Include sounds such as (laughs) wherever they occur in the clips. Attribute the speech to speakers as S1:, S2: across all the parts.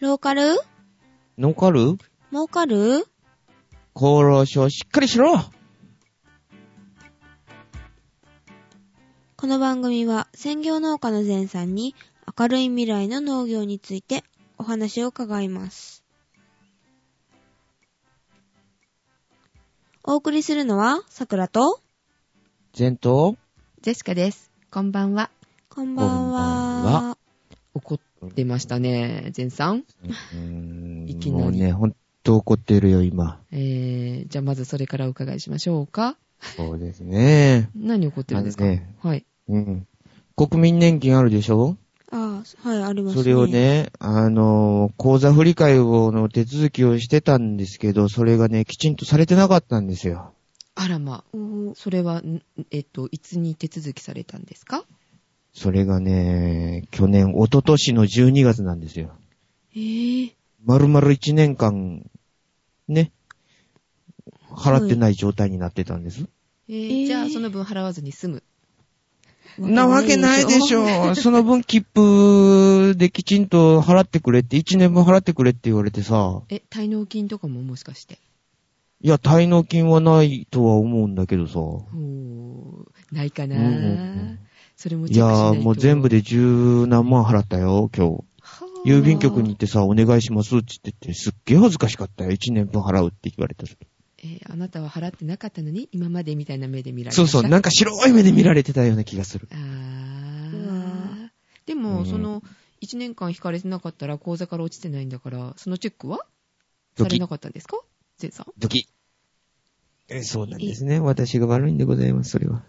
S1: ローカル
S2: ノーカル
S1: 儲かる
S2: 厚労省しっかりしろ
S1: この番組は専業農家の前さんに明るい未来の農業についてお話を伺います。お送りするのは、さくらと、
S2: 前頭
S3: ジェシカです。こんばんは。
S1: こんばん
S2: こんばん
S1: は。
S3: 怒ってましたね、ゼンさん。いきなり
S2: もうね、ほんと怒ってるよ、今。
S3: えー、じゃあまずそれからお伺いしましょうか。
S2: そうですね。
S3: 何怒ってるんですか、
S2: あのね
S3: はい。
S2: うん。国民年金あるでしょ
S1: ああ、はい、ありますね。
S2: それを。ね、あの、口座振り替えをの手続きをしてたんですけど、それがね、きちんとされてなかったんですよ。
S3: あらま、それは、んえっと、いつに手続きされたんですか
S2: それがね、去年、一昨年の12月なんですよ。
S1: えー、
S2: 丸々1年間、ね、払ってない状態になってたんです。
S3: え
S1: えー
S3: じゃあその分払わずに済む。
S2: なわけないでしょう。 (laughs) その分切符できちんと払ってくれって、1年分払ってくれって言われてさ、
S3: え、滞納金とかももしかして。
S2: いや、滞納金はないとは思うんだけどさ。
S3: ほー、ないかな、
S2: うんうんうん
S3: それもチ
S2: い
S3: ェッ
S2: や
S3: クしないと
S2: ー、もう全部。で十何万払ったよ、今
S3: は
S2: 日。郵便局に行ってさ、お願いしますって言ってて、すっげえ恥ずかしかったよ。1年分払うって言われた時。
S3: えーあなたは払ってなかったのに、今までみたいな目で見られました
S2: そうそう、なんか白い目で見られてたような気がする。
S3: あ
S1: うわ
S3: ー。で
S2: う
S3: も、
S2: ん
S3: その、1年間引かれてなかったら、口座から落ちてないんだから、そのチェックは
S2: ド
S3: され
S2: キ
S3: な、かったんですかゼンさん。
S2: ドキ。え、そうなんですね。私が悪いんでございます、それは。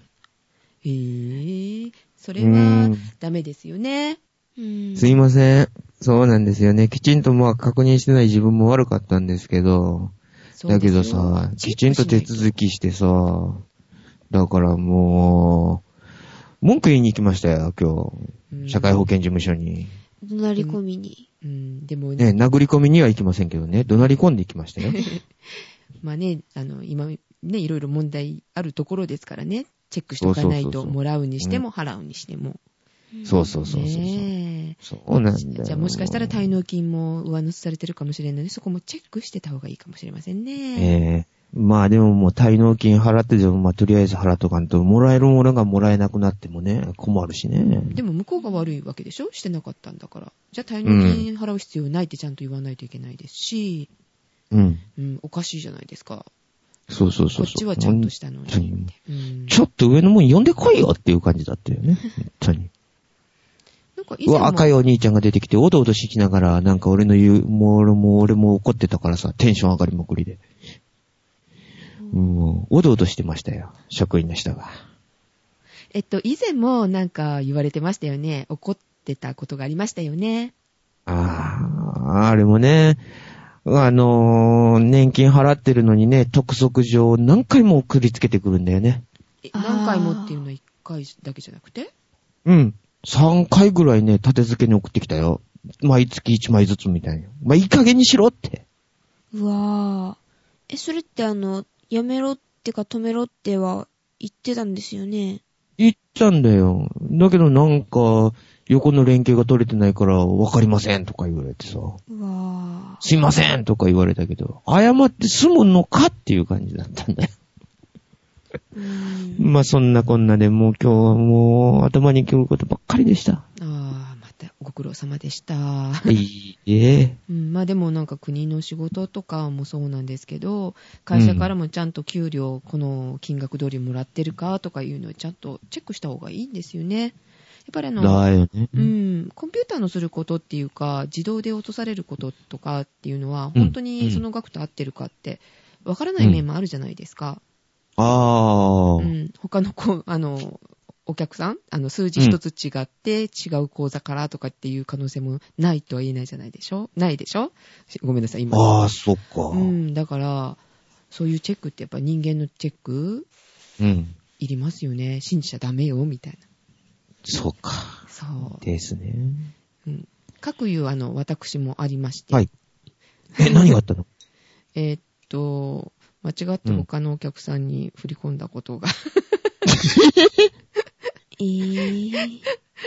S3: えー、そうれ
S2: ー
S3: は
S2: ん。、
S3: ダメですよね。
S1: うん。
S2: すいません。そうなんですよね。きちんとまあ確認してない自分も悪かったんですけど、だけどさ、きちんと手続
S3: き。
S2: きしてさ、だからもう、文句言いに行きましたよ、今
S3: うん
S2: 日。社会保険事務所に。
S1: 怒鳴り込みに。
S3: うん、でも
S2: ね、
S3: ね、
S2: 殴り込みには行きませんけどね、怒鳴り込んで行きました
S3: (laughs)
S2: よ。
S3: まあね、あの、今、ね、いろいろ問題あるところですからね、チェックしておかない
S2: そうそうそうそ
S3: と、
S2: う
S3: もらうにして
S2: う
S3: も、払うにしても。
S2: そうそうそうそうそう。
S3: ねえ
S2: そうなんだよ。
S3: じゃあもしかしたら滞納金も上乗せされてるかもしれないので、そこもチェックしてた方がいいかもしれませんね。
S2: ええまあでももう滞納金払ってでも、まあとりあえず払っとかんと、もらえるものがもらえなくなってもね、困るしね。
S3: でも向こうが悪いわけでしょしてなかったんだから。じゃあ滞納金払う必要ないってちゃんと言わないといけないですし、
S2: うん。
S3: うん、おかしいじゃないですか。
S2: そうそうそうそう。
S3: こっちはちゃんとしたのに。
S2: 本当に
S3: うん、
S2: ちょっと上のもん呼んでこいよっていう感じだったよ
S3: (laughs)
S2: ね。本当に。
S3: なんか以
S2: う
S3: 前も
S2: わ、赤いお兄ちゃんが出てきて、おどおどしてきながら、なんか俺の言う、もう俺も、俺も怒ってたからさ、テンション上がりまくりで。もう、おどおどしてましたよ。職員の人が。
S3: えっと、以前もなんか言われてましたよね。怒ってたことがありましたよね。
S2: ああ、あれもね、あのー年金払ってるのにね、督促状を何回も送りつけてくるんだよね。
S3: え
S1: あー
S3: 何回もっていうのは1回だけじゃなくて
S2: うん。3回ぐらいね、立て付けに送ってきたよ。毎月1枚ずつみたいな。まあ、いい加減にしろって。
S1: うわぁ。え、それってあの、やめろってか止めろっては言ってたんですよね。
S2: 言ったんだよ。だけどなんか、横の連携が取れてないから、わかりませんとか言われてさ、
S1: うわぁ。
S2: すいませんとか言われたけど、謝って済むのかっていう感じだったんだよ。
S1: うん。
S2: (laughs) まあそんなこんなでもう今日はもう頭に来ることばっかりでした。
S3: ああ、またご苦労様でした。
S2: いいえ。
S3: うん、まあでもなんか国の仕事とかもそうなんですけど、会社からもちゃんと給料、この金額通りもらってるかとかいうのをちゃんとチェックした方がいいんですよね。やっぱりあの、
S2: だよね。
S3: うん、コンピューターのすることっていうか、自動で落とされることとかっていうのは、
S2: うん
S3: 本当にその額と合ってるかって、わからない面もあるじゃないですか。
S2: あ
S3: う
S2: あ、
S3: ん、他のこう、あの、お客さん、あの、数字一つ違って、違う口座からとかっていう可能性もないとは言えないじゃないでしょないでしょしごめんなさい、今。
S2: ああ、そっか。
S3: う。ん、だから、そういうチェックってやっぱ人間のチェック
S2: うん。
S3: いりますよね。信じちゃダメよ、みたい
S2: そっか。
S3: な。そう。
S2: ですね。
S3: うん。各いう、あの、私もありまして。
S2: はい。 (laughs) え、何があったの
S3: えーっと、間違って他のお客さんに振り込んだことが、
S1: えぇ、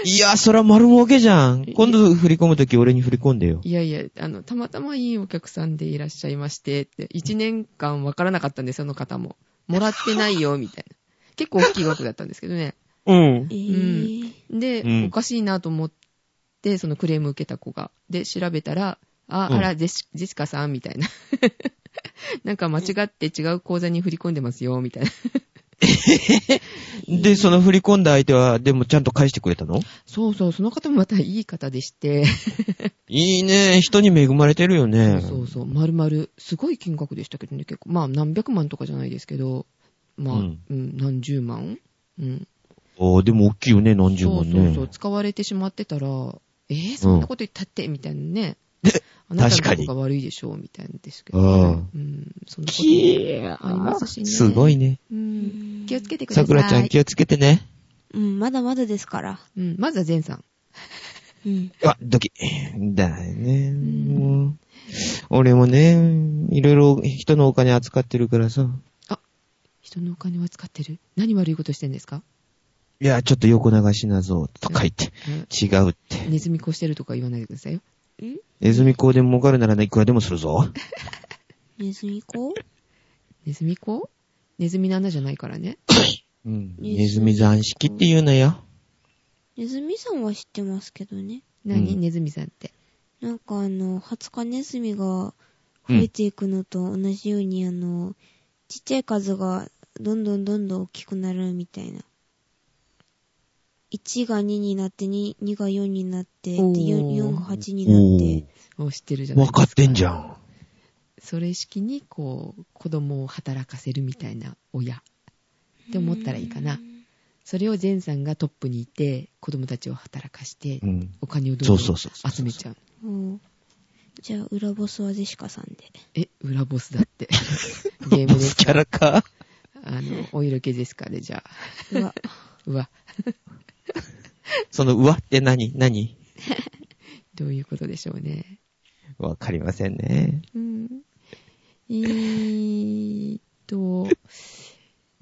S2: いや、そら丸儲けじゃん。今度振り込むとき俺に振り込んでよ。
S3: いやいや、あの、たまたまいいお客さんでいらっしゃいまして、って、1年間わからなかったんです、その方も。もらってないよ、みたいな。 (laughs) 結構大きい額だったんですけどね。
S2: うん
S1: え。ー
S3: で、
S2: うん
S3: おかしいなと思って、そのクレーム受けた子が。で、調べたら、あ、
S2: うん
S3: あら、ジェシジェシカさんみたいな。 (laughs) なんか間違って違う口座に振り込んでますよ、みたいな。
S2: で、その振り込んだ相手は、でもちゃんと返してくれたの
S3: そうそう、その方もまたいい方でして、
S2: いいね。人に恵まれてるよね。
S3: そうそう、まるまる、すごい金額でしたけどね、結構。まあ、何百万とかじゃないですけど、まあ、
S2: う
S3: うんん、何十万うん。
S2: あーでも大きいよね、何十万ね。
S3: そうそうそう、使われてしまってたら、えー、そんなこと言ったって、みたいなね。 (laughs) あなた
S2: 確か
S3: の
S2: に
S3: とこが悪いでしょう、みたいなんですけど、
S2: あ
S3: うん、そんなこと
S2: きー
S3: ありますしね。
S2: すごい。ね。
S3: うん、気をつけてください。
S2: 桜ちゃん気をつけてね。
S1: うん、まだまだですから。
S3: うん、まずは善さん。
S1: うん。
S2: あ、ドキ。だよね。
S3: ん
S2: もう俺もね、いろいろ人のお金扱ってるからさ。
S3: 人のお金は使ってる何悪いことしてんですか、
S2: いや、ちょっと横流しなぞ、とか言って。 (laughs) 違うって。
S3: ネズミ越してるとか言わないでくださいよ。
S2: ネズミ講で儲かるならいくらでもするぞ。
S1: ネズミ子
S3: ネズミ子ネズミの穴じゃないからね。
S2: うん。
S1: ネズミ
S2: ネズミ残式って言うなよ。
S1: ネズミさんは知ってますけどね。
S3: 何、
S2: うん
S3: ネズミさんって。
S1: なんかあの、ハツカネズミが増えていくのと同じように、あの、ちっちゃい数がどんどんどんどん大きくなるみたいな。1が2になって2、2が4になって、で
S3: おー
S1: 4, 4が8になって
S2: お。
S3: を知ってるじゃ
S2: お。
S3: ない
S2: わ
S3: ですか。
S2: かってんじゃん。
S3: それ式に、こう、子供を働かせるみたいな親。って思ったらいいかな。それを善さんがトップにいて、子供たちを働かして、
S2: うん。
S3: お金をどんどん
S2: そうそうそうそう
S3: 集めちゃう。
S1: うん。じゃあ、裏ボスはジェシカさんで。
S3: (laughs) え、裏ボスだ
S2: (laughs)
S3: って。ゲームです
S2: キャ
S3: か
S2: ラか。
S3: あの、お色気ですかね、じゃあ。
S1: うわ、
S3: うわ、
S2: その、うわって何何
S3: どういうことでしょうね。
S2: わかりませんね。
S3: うん。えーっと、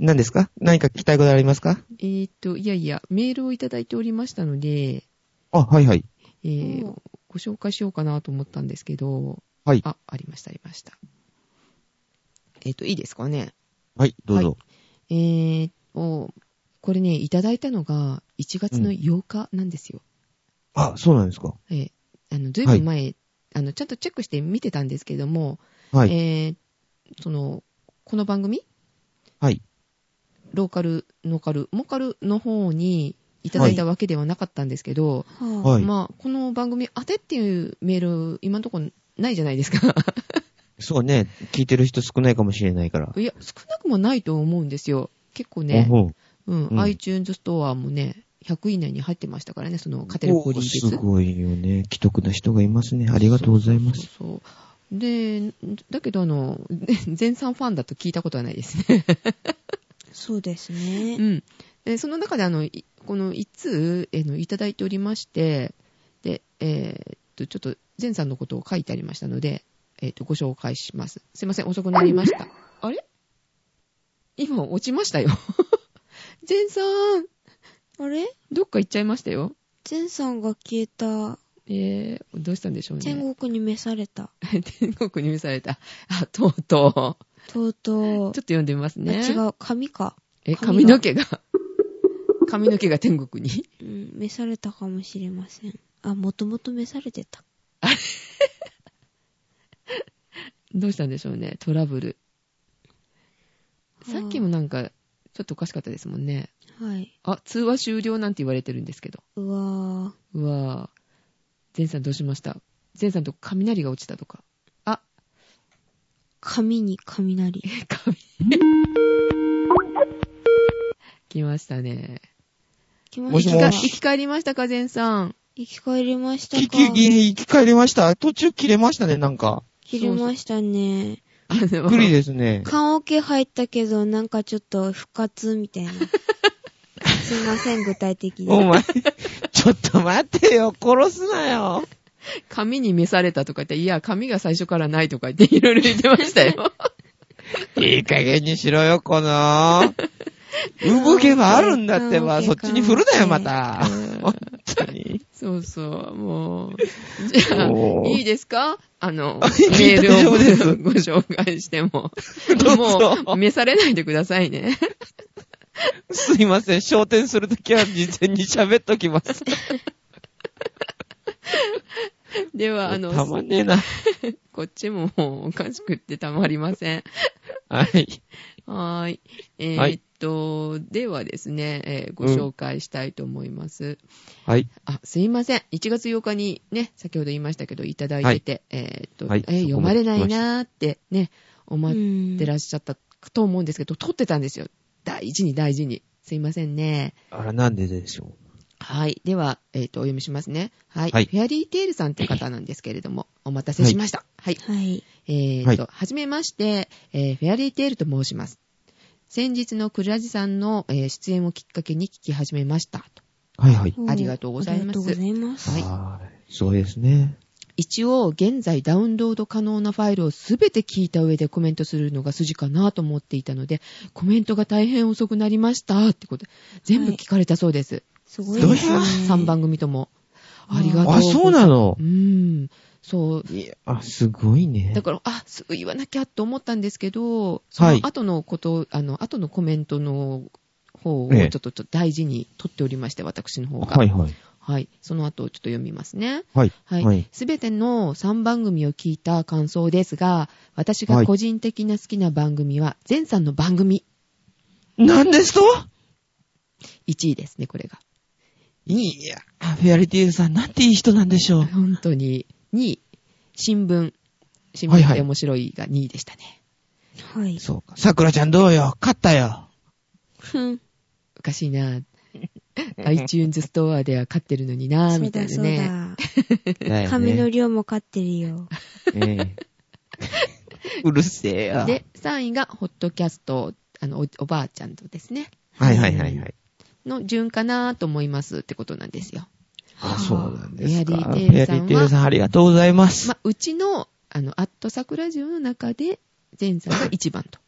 S2: 何ですか何か聞きたいことありますか
S3: えーっと、いやいや、メールをいただいておりましたので、
S2: あ、はいはい。
S3: えー
S1: お
S3: ご紹介しようかなと思ったんですけど、
S2: はい。
S3: あ、ありました、ありました。えーっと、いいですかね。
S2: はい、どうぞ。
S3: えーっと、これね、いただいたのが1月の8日なんですよ。
S2: あ、そうなんですか。
S3: えーあの、ずいぶん前、あの、ちゃんとチェックして見てたんですけども、
S2: はい。
S3: えーその、この番組
S2: はい。
S3: ローカル、ノーカル、モカルの方にいただいたわけではなかったんですけど、
S1: はあ、
S2: はい。
S3: まあ、この番組当てっていうメール、今のところないじゃないですか。
S2: そうね。聞いてる人少ないかもしれないから。
S3: いや、少なくもないと思うんですよ。結構ね
S2: お、ほう
S3: うん、
S2: うん
S3: iTunes ストアもね、100位以内に入ってましたからね、そのカテゴリー
S2: おすごいよね。既得な人がいますね。ありがとうございます。
S3: そうそうそうで、だけどあの、 (laughs) 全さんファンだと聞いたことはないですね。
S1: そうですね。
S3: うん。で、その中であの、いこの一通、えーの、いただいておりまして、で、えーっと、ちょっと、前さんのことを書いてありましたので、えーっと、ご紹介します。すいません、遅くなりました。あれ今、落ちましたよ。 (laughs) 前さん、
S1: あれ
S3: どっか行っちゃいましたよ。
S1: 全さんが消えた。
S3: えー、どうしたんでしょうね。
S1: 天国に召された。
S3: (laughs) 天国に見された。あ、とうとう。
S1: とうとう。
S3: ちょっと読んでみます
S1: あ
S3: ね。
S1: 違。う、髪か。
S3: え、
S1: 髪
S3: 髪
S1: が
S3: の毛が、髪の毛が天国に。
S1: うん、召されたかもしれません。あ、もともと召されてた。
S3: どうしたんでしょうね、トラブル。
S1: はあ
S3: さっきもなんか、ちょっとおかしかったですもんね。
S1: はい。
S3: あ、通話終了なんて言われてるんですけど。
S1: うわ
S3: うわぁ。ゼンさんどうしましたゼンさんと雷が落ちたとか。 (laughs) あ、
S1: ぁ。髪に雷。
S3: 神。来ましたね。
S1: 来ま
S2: もし
S1: し
S2: も
S1: た
S3: 生
S1: か
S3: き返りましたか、ゼンさん。
S1: 生き返りました
S2: 生
S1: か
S2: き、生き返りました。途中切れましたね、なんか。
S1: 切れましたね。
S3: あの
S2: びっくりですね。
S1: 缶桶入ったけど、なんかちょっと復活みたいな。すいません、具体的
S2: お
S1: に。
S2: 前、ちょっと待てよ、殺すなよ。
S3: 髪に召されたとか言って、いや、髪が最初からないとか言って、いろいろ言ってましたよ。
S2: いい加減にしろよ、この。動けばあるんだって
S1: 缶
S2: ば、
S1: オケ
S2: そっちに振るなよ、ま
S1: 缶
S2: た。ほんと
S3: そうそう、
S2: (laughs)
S3: もう。じゃあ、
S2: おー
S3: いいですか
S2: (laughs)
S3: あの、
S2: いい
S3: メールを
S2: 大丈夫です
S3: ご紹介しても。
S2: どうぞ
S3: もう、召されないでくださいね。 (laughs)
S2: すいません、焦点するときは事前に喋っときます。
S3: では、 (laughs) あ
S2: たま
S3: の、
S2: ねえな。
S3: こっちももうおかしくってたまりません。
S2: はい。
S3: はーい。え
S2: は
S3: ー
S2: い
S3: っと、ではですね、えーご紹介したいと思います。
S2: はい。
S3: あ、すいません。1月8日にね、先ほど言いましたけど、いただいてて、えーっと、
S2: はい
S3: えー
S2: そ
S3: 読
S2: こま
S3: ま
S2: で
S3: れないなーってね、思っ
S1: ん
S3: てらっしゃったと思うんですけど、撮ってたんですよ。大事に大事に。すいませんね。
S2: あら、なんででしょ
S3: はい。では、えーっと、お読みしますね。はい。
S2: はい
S3: フェアリーテールさんという方なんですけれども、お待たせしました。はい
S1: はい。
S3: えー
S2: は
S3: と、
S2: い
S3: はじめまして、えーフェアリーテールと申します。先日のクラジさんの、えー出演をきっかけに聞き始めました。
S2: う。はいはい。
S1: お
S3: ありがとうございます
S1: ありがとうございます。
S3: はい
S2: はい。そうですね。
S3: 一応、現在ダウンロード可能なファイルをすべて聞いた上でコメントするのが筋かなと思っていたので、コメントが大変遅くなりましたってことで、全部聞かれたそうです。
S1: すごいですね
S2: どう。
S3: 3番組とも。ありがとうござ
S2: あ、
S3: います。
S2: そうなの
S3: うーん。そう。
S2: あ、すごいね。
S3: だから、あ、すぐ言わなきゃと思ったんですけど、その後のこと、あの、後のコメントの方をちょ
S2: え
S3: っ
S2: え
S3: とちょっと大事に取っておりまして、私の方が。
S2: はいはい。
S3: はい。その後をちょっと読みますね。
S2: はい。
S3: はい。すべ、ての3番組を聞いた感想ですが、私が個人的な好きな番組は、全さんの番組
S2: なんですと
S3: 1位ですね、これが。
S2: いや、フェアリティーズさん、なんていい人なんでしょう。
S3: 本当に。2位、新聞。新
S2: はい
S3: 聞っ
S2: は
S3: て
S2: い
S3: 面白いが2位でしたね。
S1: はい。
S2: そうか。桜ちゃんどうよ勝った (laughs) よ。
S1: ふん
S3: おかしいな。iTunes ストアでは買ってるのにな、
S1: そう
S3: みたい
S1: だ
S3: な
S1: そう
S3: ね。
S1: だ。
S2: だよ
S1: 髪の
S2: ね。
S1: 量も飼ってるよ。
S2: ええ (laughs) うるせえよ。
S3: で、3位がホットキャスト、あの、おおばあちゃんとですね、
S2: はいはいはいはい。
S3: の順かなと思いますってことなんですよ。
S1: はあ
S2: あ、そうなんですか。
S3: フェアリーテールさん
S2: フェア
S3: は
S2: リーテールさんありがとうございます。
S3: まあ、うちの、あの、アットサクラジオの中で、ゼンさんが1番と。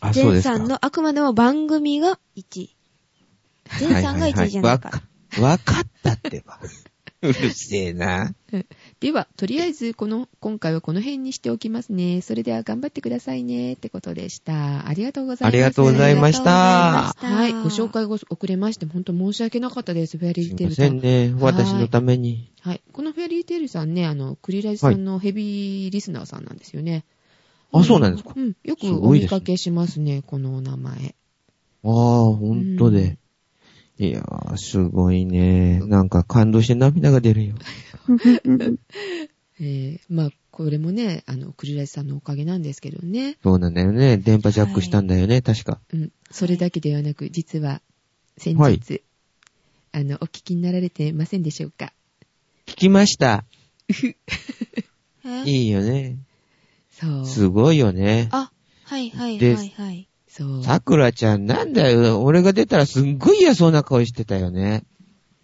S2: あ、
S1: ゼ
S2: そう
S1: ン
S2: です
S1: さ
S2: か。
S1: んのあくまでも番組が1位。ゼンさんが1位じゃないから。
S2: はいはいはいわかわかったって (laughs) ば。うるせえな。
S3: では、とりあえず、この、今回はこの辺にしておきますね。それでは頑張ってくださいね。ってことでした。ありがとうございます。
S2: ありがとうございました
S1: ありがとうござ
S3: はいい。ご
S1: ました
S3: 紹介が遅れまして、本当申し訳なかったです。フェアリ
S2: す
S3: ー
S2: い
S3: テー
S2: ま
S3: ルさ
S2: せ
S3: ん
S2: ん。ね。私のために。
S3: はい。このフェアリーテールさんね、あの、クリラジさんのヘビーリスナーさんなんですよね。
S2: あ、そうなんですか。
S3: うん。よく
S2: す
S3: お
S2: ごい
S3: 見
S2: ですね
S3: かけしますね、このお名前。
S2: ああ、ほんとで。いやー、すごいね。なんか感動して涙が出るよ。
S3: えー、まあ、これもね、あの、クリラジさんのおかげなんですけどね。
S2: そうなんだよね。電波ジャックしたんだよね、確か。
S3: うん。それだけではなく、実は、先日、
S2: はい
S3: あの、お聞きになられてませんでしょうか。
S2: 聞きました。
S1: え
S2: いいよね。
S3: (laughs) そう。
S2: すごいよね。
S1: あ、はいはいは
S2: で
S1: いはい。
S3: そう。
S2: さくらちゃん、なんだよ。俺が出たらすんごい嫌そうな顔してたよね。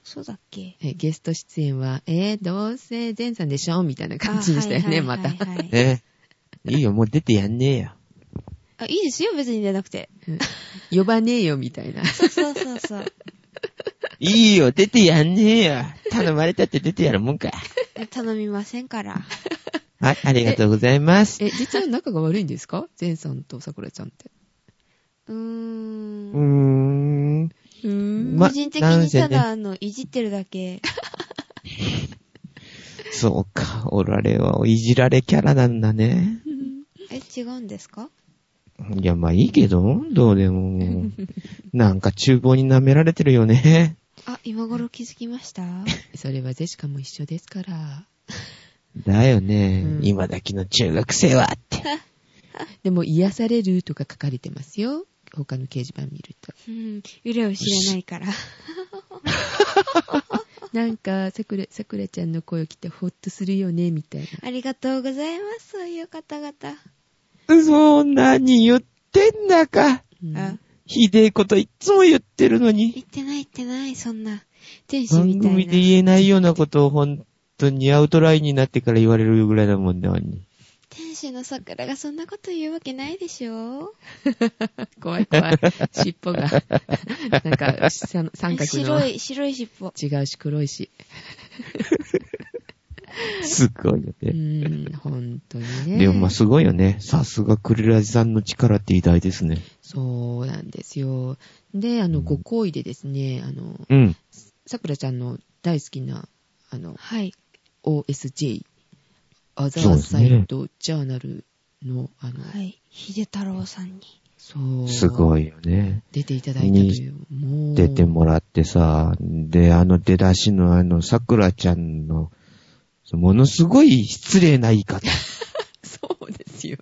S1: そうだっけ
S3: えーゲスト出演は、えー、どうせ前さんでしょみたいな感じでしたよね、
S1: あ
S3: ま
S1: はい
S3: た (laughs)
S1: はい。 (laughs) はいはい
S2: ね。いいよ、もう出てやんねえよ。
S1: あ、いいですよ、別に出なくて。
S3: 呼ばねえよ、みたいな。
S1: そうそうそうそう。
S2: いいよ、出てやんねえよ。頼まれたって出てやるも
S1: (laughs)
S2: んか。
S1: (laughs) 頼みませんから。
S2: はい、ありがとうございます。
S3: え、実は仲が悪いんですか (laughs) 前さんと桜ちゃんって。
S1: (laughs) うー
S2: うんー。ん。
S3: うーん。
S2: ま
S1: 個人的
S2: なん
S1: に
S2: せ
S1: た
S2: ね
S1: だ、あの、いじってるだけ。
S2: そうか、おられはいじられキャラなんだね。
S1: え、違うんですか
S2: いや、まあいいけど、どうで
S3: (laughs)
S2: も。なんか厨房に舐められてるよね。
S1: (laughs) あ、今頃気づきま (laughs) した
S3: それはゼシカも一緒ですから。
S2: だよね。
S3: うん
S2: 今だけの中学生はって。
S3: でも、癒されるとか書かれてますよ。他の掲示板見ると。
S1: うん。揺れを知らない (laughs) から。
S3: なんか、桜、桜ちゃんの声を聞いてほっとするよね、みたいな。
S1: ありがとうございます、そういう方々。
S2: そんなに言ってんだか。
S3: うん
S1: あ、
S2: ひでえこといっつも言ってるのに
S1: 言。ってない言ってない、そんな。天使み
S2: 番
S1: た
S2: 組
S1: い
S2: で
S1: な。
S2: 言えないようなことを本当にアウトラインになってから言われるぐらいだもんだに。
S1: 天使の桜がそんなこと言うわけないでしょ
S3: 怖い怖い。尻尾が。 (laughs) なんか、さん三角の。
S1: 白い、白い尻尾。
S3: 違うし、黒いし。
S2: すごいよ
S3: う
S2: ね。
S3: ーん、本当にね。
S2: でもまあすごいよね。さすがクリラジさんの力って偉大ですね。
S3: そうなんですよ。で、あの、ご好意でですね、あの、
S2: うん。
S3: さくらちゃんの大好きな、あの、
S1: はい。
S3: OSJ、アザ
S2: そう
S3: ー
S2: です
S3: サ
S2: ね
S3: イドジャーナルの、あの、
S1: はい。秀太郎さんに。
S3: そう。
S2: すご
S3: い。
S2: いよね。
S3: 出ていただいたという、もう。
S2: 出てもらってさ、で、あの出だしのあの、さくらちゃんの、ものすごい失礼な言い方。
S3: そうですよ。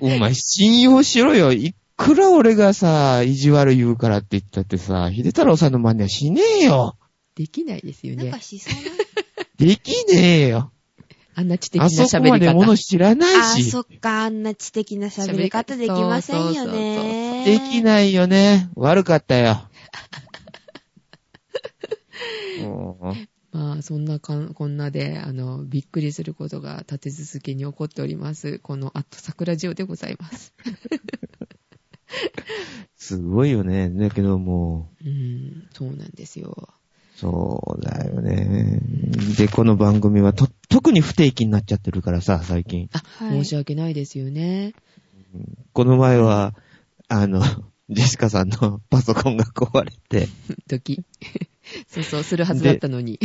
S2: お前信用しろよ。いくら俺がさ、意地悪言うからって言ったってさ、秀太郎さんの真似はしねえよ。
S3: できないですよ
S1: なん
S3: ね
S1: か。しそうな。
S2: できねえよ。
S3: あんな知的な
S2: あそこ
S3: 喋
S2: ま
S3: り
S2: でも
S3: 方
S2: の。知らない
S1: あ
S2: し
S1: そ。っか、あんな知的な喋り方できませんよね。
S2: でき
S1: い。
S2: ないよね。悪かったよ。も
S3: まあ、そんなかん、こんなで、あの、びっくりすることが立て続けに起こっております。この、あと桜ジオでございます。
S2: うすごいよね。だけども
S3: うーん、そうなんですよ。
S2: う、そうだよね。で、この番組はと、特に不定期になっちゃってるからさ、最近。
S3: あ、
S1: はい
S3: 申し訳ないですよね。
S2: この前は、あの、 (laughs) ジェシカさんの (laughs) パソコンが壊れて。
S3: 時。そうそう、するはずだったのに。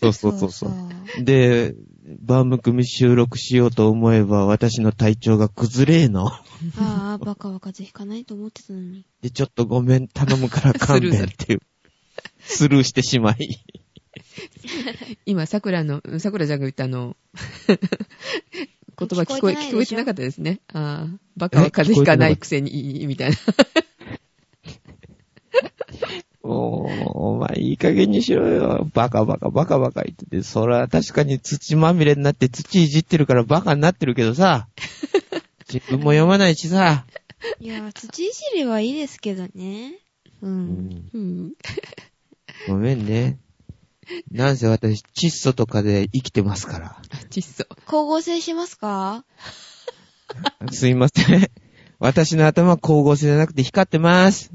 S2: そうそうそうそう。 (laughs) で、番組収録しようと思えば私の体調が崩れーの。
S1: ああ、バカは風邪ひかないと思ってたのに。
S2: で、ちょっとごめん、頼むから勘弁って (laughs) いう。スルーしてしまい。
S3: 今、桜の、桜ちゃんが言ったあの、言葉聞こ
S1: 聞こえ
S3: え、聞こえて
S1: て
S3: な
S1: な
S3: か
S1: かった
S3: っですね。ああ、バカは風邪ひかないくせに、みたいな。
S2: もう、お前いい加減にしろよ。バカバカバカバカ言ってて、そら確かに土まみれになって土いじってるからバカになってるけど
S3: (laughs)
S2: さ。自分も読まないしさ。
S1: いやー、土いじりはいいですけどね。う。
S2: うんん、
S3: うん。
S2: ごめんね。なんせ私、窒素とかで生きてますから。
S3: (laughs) あ、窒素。
S1: 光合成しますか
S2: すいません。私の頭は光合成じゃなくて光ってます。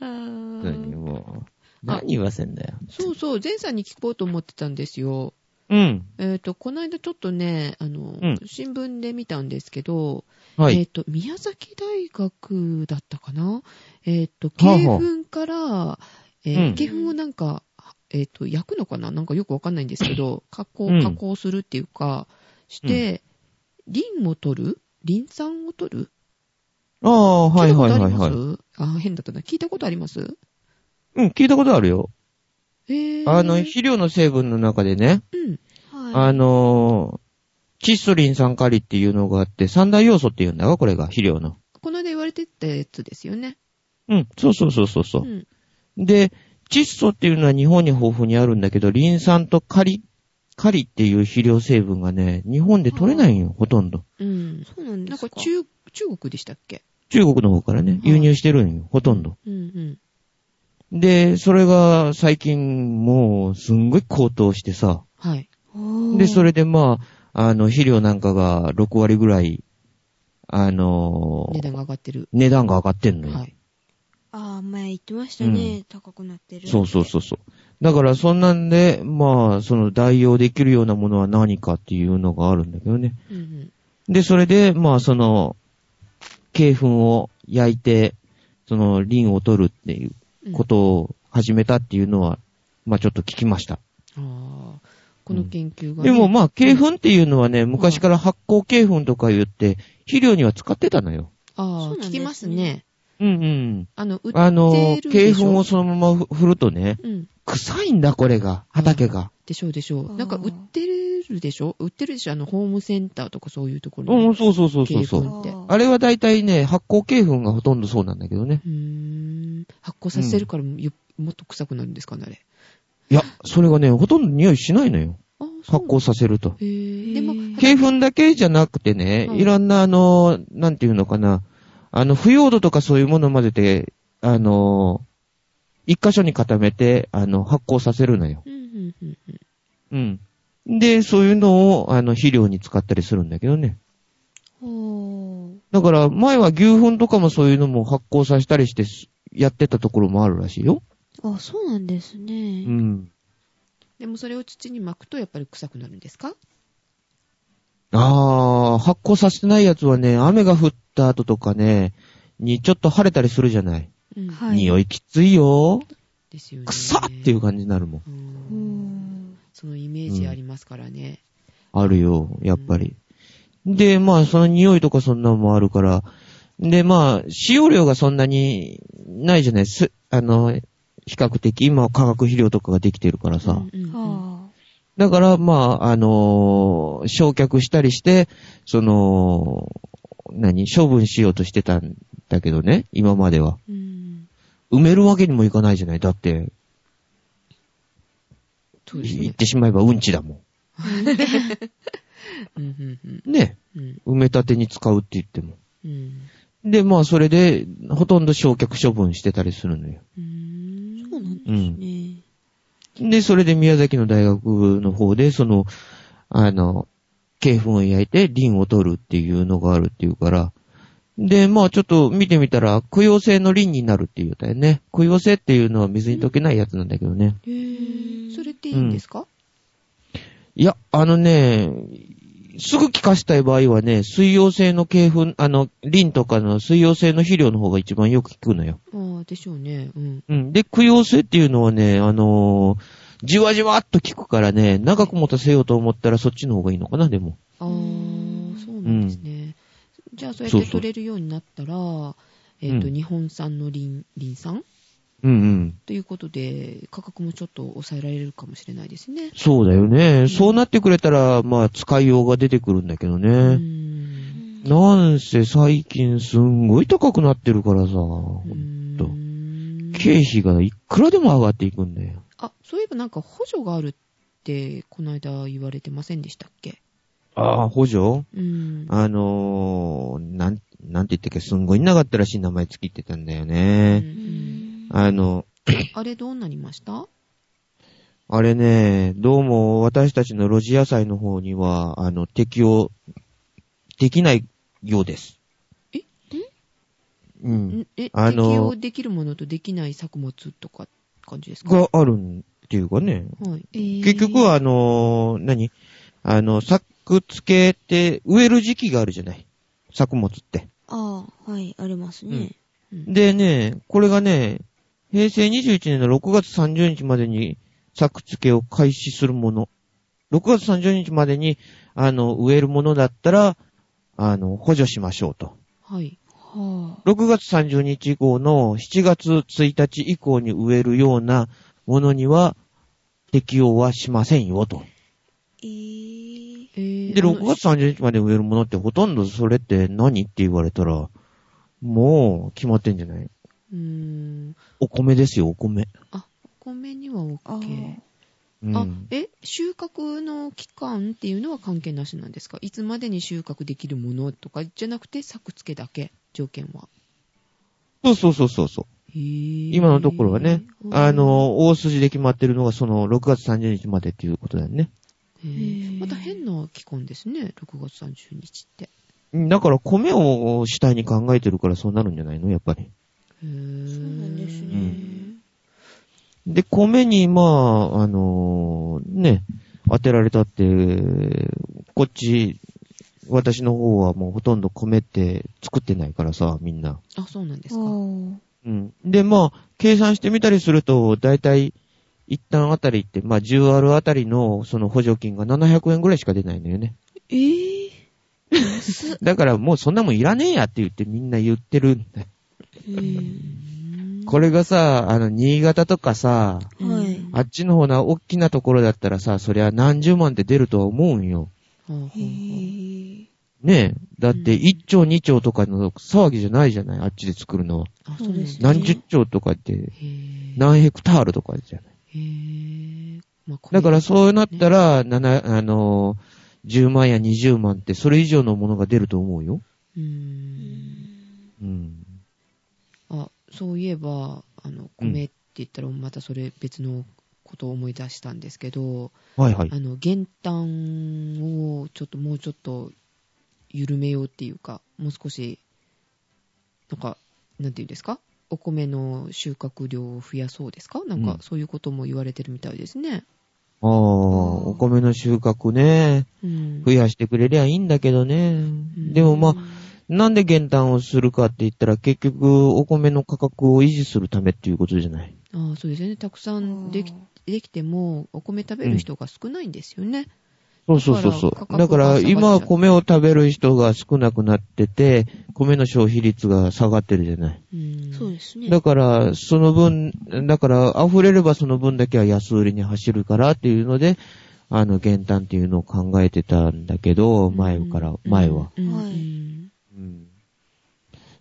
S3: あ
S2: 何
S3: ー
S2: もう。何言わせんだよ。
S3: そうそう、前さんに聞こうと思ってたんですよ。
S2: うん。
S3: えっ、と、この間ちょっとね、あの、
S2: うん
S3: 新聞で見たんですけど、
S2: は
S3: えっ、
S2: い。
S3: と、宮崎大学だったかなえっ、と、
S2: はあ
S3: 鶏
S2: はあ
S3: 粉から、え
S2: うん
S3: ー、鶏粉をなんか、えっ、と、焼くのかななんかよくわかんないんですけど、加工
S2: う、ん
S3: 加工するっていうか、して、リンを取るリン酸を取る
S2: ああ、
S3: 聞
S2: はいい
S3: たこ
S2: はい
S3: とあ
S2: は
S3: り
S2: い
S3: ま
S2: は
S3: す、
S2: い。
S3: あ、変だったな。聞いたことあります
S2: うん、聞いたことあるよ。
S3: えー、
S2: あの、肥料の成分の中でね、
S3: うん。
S1: は
S2: あのー、窒素リン酸カリっていうのがあって、三大要素っていうんだわ、これが、肥料の。
S3: この間言われてたやつですよね。
S2: うん、そうそうそうそうそうう、
S3: ん。
S2: で、窒素っていうのは日本に豊富にあるんだけど、リン酸とカリ、カリっていう肥料成分がね、日本で取れないんよ、ほとんど。
S3: うん
S1: い。。そうなんで
S3: なん
S1: すか
S3: か中、中国でしたっけ
S2: 中国の方からね、
S1: はい
S2: 輸入してるんよ、ほとんど。
S3: うんうん。
S2: で、それが最近もう、すんごい高騰してさ、
S3: はい。
S2: で、そ
S1: れ。
S2: れでまあ、あの、肥料なんかが6割ぐらい、あのー
S3: 値段が上がってる。
S2: 値段が上がってんのよ。
S3: はい。
S1: ああ、前言ってましたね。高くなってる。
S2: そうそうそうそう。だからそんなんで、まあ、その代用できるようなものは何かっていうのがあるんだけどね。
S3: うんうん。
S2: で、それで、まあ、その、鶏粉を焼いて、その、リンを取るっていう
S3: うん
S2: ことを始めたっていうのは、まあ、ちょっと聞きました。
S3: ああ、この研究が、ね
S2: でもまあ、鶏粉っていうのはね、昔から発酵鶏粉とか言って、肥料には使ってたのよ。
S1: そ
S3: ああ、
S1: うなんですね
S3: 聞きますね。
S2: うんうん。
S3: あの、売ってる
S2: あの、
S3: でしょ
S2: 鶏粉をそのまま振るとね、
S3: うん。
S2: 臭いんだ、これが、畑が。
S3: でしょうでし
S1: あ
S3: ょう。
S1: ー
S3: なんか売ってるでしょ売ってるでしょあの、ホームセンターとかそういうところに。
S2: うん、そうそうそうそうそ
S3: 鶏
S2: う。
S3: 粉って。う
S1: あ
S2: あれは大体ね、発酵鶏粉がほとんどそうなんだけどね。
S3: ーん。発酵させるからよもっと臭くなるんですかね、あれ。
S2: いや、それがね、ほとんど匂いしないのよ。
S3: ああ、そう
S2: 発酵させると。
S3: へーでも、
S2: 鶏粉だけじゃなくてね、
S3: うん
S2: いろんなあの、なんていうのかな、あの、腐葉土とかそういうものを混ぜて、あの、一箇所に固めて、あの、発酵させるのよ。
S3: うんうんうんうん。
S2: うん。で、そういうのを、あの、肥料に使ったりするんだけどね。
S1: ほ
S2: だから、前は牛糞とかもそういうのも発酵させたりしてす、やってたところもあるらしいよ。
S1: う。あ、そうなんです
S2: う
S1: ね。
S2: ん。
S3: でもそれを土に巻くとやっぱり臭くなるんですか
S2: ああ、発酵させてないやつはね、雨が降った後とかね、にちょっと晴れたりするじゃない。
S3: うん。
S1: はい
S2: 匂いきついよ。
S3: ですよね。
S2: くさっていう感じになるもん。
S3: う。
S1: うんん。
S3: そのイメージありますからね。
S2: あるよ、やっぱり。で、まあ、その匂いとかそんなのもあるから、で、まあ、使用量がそんなにないじゃないす。あの、比較的、今は化学肥料とかができてるからさ。
S3: うんうんうん
S1: は
S2: だから、まあ、あのー焼却したりして、その、何、処分しようとしてたんだけどね、今までは。
S1: あ。うん。
S2: 埋めるわけにもいかないじゃない。だって、
S3: そうです
S2: 言っ
S3: ね。
S2: てしまえばうんちだも
S3: (laughs) うんうん
S2: ん。ね。
S3: うん
S2: 埋め立てに使うって言っても。
S3: うん
S2: で、まあ、それで、ほとんど焼却処分してたりするのよ。
S3: うん
S1: そうなんです
S2: うん。
S1: ね。
S2: で、それで宮崎の大学の方で、その、あの、鶏粉を焼いてリンを取るっていうのがあるっていうから、で、まあちょっと見てみたら、供養性のリンになるって言うたよね。供養性っていうのは水に溶けないやつなんだけどね。
S3: へーそれっていいんですか
S2: いや、あのね、すぐ効かしたい場合はね、水溶性の鶏粉、あの、リンとかの水溶性の肥料の方が一番よく効くのよ。
S3: ああ、でしょうね。うん。
S2: うん。で、供養性っていうのはね、あのーじわじわっと効くからね、長く持たせようと思ったらそっちの方がいいのかな、でも。
S3: ああ
S1: うん、
S3: そうなんですね。じゃあ、そうや
S2: そ
S3: っ
S2: う
S3: て
S2: そう
S3: 取れるようになったら、えっ、と、
S2: うん
S3: 日本産のリン、リン酸
S2: うんうん。
S3: ということで、価格もちょっと抑えられるかもしれないですね。
S2: そうだよね。そうなってくれたら、まあ、使いようが出てくるんだけど
S3: う
S2: ね。
S3: ん。
S2: なんせ最近すんごい高くなってるからさ、
S3: う
S2: と
S3: ん。
S2: 経費がいくらでも上がっていくんだよ。
S3: あ、そういえばなんか補助があるって、この間言われてませんでしたっけ
S2: ああ、補助
S3: うん。
S2: あのー、なん、なんて言ったっけ、すんごい長ったらしい名前つきってたんだよ
S3: うんう
S2: ね。
S3: ん
S2: あの、
S3: あれどうなりました
S2: あれね、どうも私たちの路地野菜の方には、あの、適用、できないようです。
S3: え
S2: うん
S3: ん。え、
S2: あの
S3: 適用できるものとできない作物とか感じですかは
S2: があるんっていうかね。
S3: い。
S1: 結
S2: 結局は、あのー何あの、作付けって植える時期があるじゃない。作物って。
S1: ああ、はい、ありますね。
S3: うん
S2: でね、これがね、平成21年の6月30日までに作付けを開始するもの。6月30日までに、あの、植えるものだったら、あの、補助しましょうと。
S3: はい。
S1: はあ。
S2: 6月30日以降の7月1日以降に植えるようなものには適用はしませんよと。
S1: えー、
S3: えー、
S2: で、
S3: あの
S2: 6月30日まで植えるものってほとんどそれって何って言われたら、もう決まってんじゃないう
S3: ーん。
S2: お米ですよ、お米。
S3: あ、お米には OK。
S1: あー
S2: うん、
S3: あ、え、収穫の期間っていうのは関係なしなんですかいつまでに収穫できるものとかじゃなくて作付けだけ、条件は。
S2: そうそうそうそうそう。
S3: へー
S2: 今のところはね、あ、
S3: うん
S2: の、大筋で決まってるのがその6月30日までっていうことだよね。
S3: へーまた変な期間ですね、6月30日って。
S2: うんだから米を主体に考えてるからそうなるんじゃないのやっぱり。
S3: そう
S1: そうなんですね。
S2: うで、米に、まあ、あのーね、当てられたって、こっち、私の方はもうほとんど米って作ってないからさ、みんな。
S3: あ、そうなんですか。
S1: は
S2: うん。で、まあ、計算してみたりすると、だいたい、一旦あたりって、まあ、10あるあたりの、その補助金が700円ぐらいしか出ないのよね。
S1: あ。えー、
S2: だからもうそんなもんいらねえやって言ってみんな言ってるんだよ
S1: うん。
S2: これがさ、あの、新潟とかさ、
S1: はい。
S2: あっちの方な、大きなところだったらさ、そりゃ何十万って出るとは思うんよ。
S3: はあはあはあ
S1: へー。
S2: ねえ。だって、
S3: うん
S2: 一丁二丁とかの騒ぎじゃないじゃないあっちで作るのは。
S3: あ、そうなんですね。
S2: 何十丁とかって、
S3: へー
S2: 何ヘクタールとかじゃない。
S3: へーまあこれ
S2: だから、そうなったら、なな、あのー、10万や20万って、それ以上のものが出ると思うよ。
S3: うーん。
S2: うん。
S3: あ、そういえば、あの、米って言ったらまたそれ別のことを思い出したんですけど、
S2: はいはい
S3: あ。の減反をちょっともうちょっと緩めようっていうかもう少しなんかなんていうんですかお米の収穫量を増やそうですかなん
S2: う
S3: か
S2: ん
S3: そういうことも言われてるみたいですね。
S2: ああ、お米の収穫ね、
S3: うん
S2: 増やしてくれりゃいいんだけどね。でもまあ、なんで減反をするかって言ったら、結局、お米の価格を維持するためっていうことじゃない。
S3: ああそうですよねたくさんでき
S1: あ
S3: できてもお米食べる人が少ないんですよね。
S2: そうそうそうそ
S3: だ
S2: う。
S3: から価
S2: だ
S3: 格
S2: から、
S3: が下がっちゃう
S2: 今は米を食べる人が少なくなってて、米の消費率が下がってるじゃない。
S3: うん
S1: ーそうですね。
S2: だから、その分、だから、溢れればその分だけは安売りに走るからっていうので、あの、減反っていうのを考えてたんだけど、前から、
S3: うん
S2: 前は。
S3: うん
S1: はい
S3: うん
S2: うん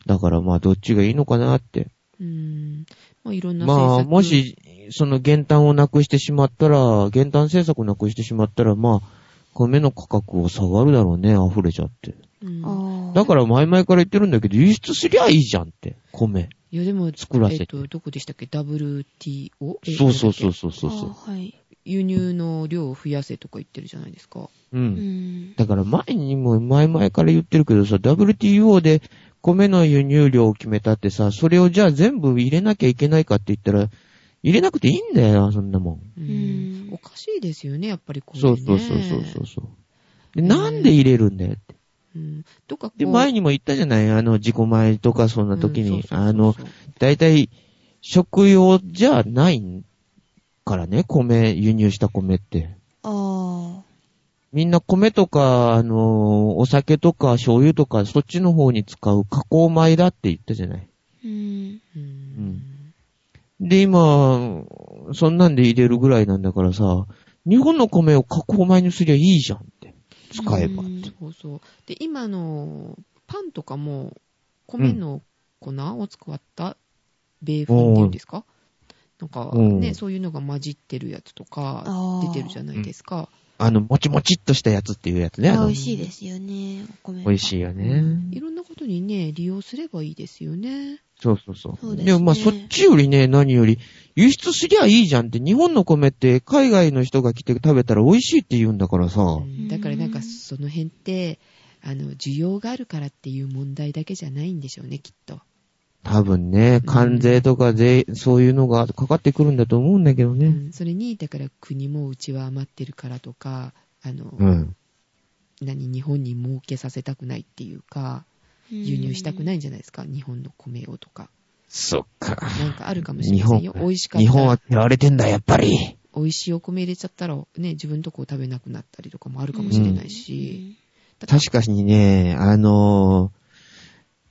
S2: だから、まあ、どっちがいいのかなって。
S3: うんまあ、いろんな
S2: まあ、
S3: 政策
S2: もし、その減反をなくしてしまったら、減反政策をなくしてしまったら、まあ、米の価格を下がるだろうね、溢れちゃって。
S3: うん
S1: あ
S2: だから前々から言ってるんだけど、輸出すりゃいいじゃんって、米。
S3: いやでも、
S2: 作らせて
S3: えっと、どこでしたっけ ?WTO? え
S2: そうそうそ
S3: なんだ
S2: うそ
S3: っ
S2: う
S1: ら
S2: そうそう。
S1: はい。
S3: け輸入の量を増やせとか言ってるじゃないですか。
S2: う。
S1: うんん。
S2: だから前にも前々から言ってるけどさ、WTO で米の輸入量を決めたってさ、それをじゃあ全部入れなきゃいけないかって言ったら、入れなくていいんだよ、そんなもん。
S3: うん
S1: ん
S3: おかしいですよね、やっぱりこれ、ね。
S2: そうそうそうそうそうそう。で、なんで入れるんだよって。
S3: うん。どっかこう
S2: で、前にも言ったじゃないあの、自己前とかそんな時
S3: うん
S2: に
S3: そ、うそうそうそう
S2: あの、大体、食用じゃないからね、米、輸入した米って。
S1: あ
S2: みんな米とか、あの、お酒とか醤油とか、そっちの方に使う加工米だって言ったじゃない。
S1: ー。うん。
S3: うん
S2: で、今、そんなんで入れるぐらいなんだからさ、日本の米を加工米にすりゃいいじゃんって。使えば。
S1: うん
S3: そうそう。で、今のパンとかも、米の粉を使った米粉っていうんですか、なんか
S2: う
S3: ね、
S2: ん
S3: そういうのが混じってるやつとか
S1: あ
S3: 出
S1: ー
S3: てるじゃないですか。
S2: あの、もちもちっとしたやつっていうやつね。あ
S1: あ
S2: の
S1: 美味しいですよね。お米。
S2: 美味しいよね。
S3: いろんなことにね、利用すればいいですよね。
S2: そうそうそう。
S1: そうですね
S2: でもまあそっちよりね、何より、輸出すりゃいいじゃんって、日本の米って海外の人が来て食べたら美味しいって言うんだからさ。
S3: うんだからなんかその辺って、あの、需要があるからっていう問題だけじゃないんでしょうね、きっと。
S2: 多分ね、関税とか税、そういうのがかかってくるんだと思うんだけど
S3: う
S2: ね。
S3: んそれに、だから国もうちは余ってるからとか、あの、
S2: うん。
S3: 何、日本に儲けさせたくないっていうか、
S1: うん
S3: 輸入したくないんじゃないですか、日本の米をとか。
S2: そっか。
S3: なんかあるかもしれませんよ。
S2: 日
S3: 美味しかっ
S2: 日
S3: た
S2: 本
S3: ら
S2: は、嫌われてんだ、やっぱり。
S3: 美味しいお米入れちゃったら、ね、自分のとこ食べなくなったりとかもあるかもしれないし。
S2: 確かにね、あのー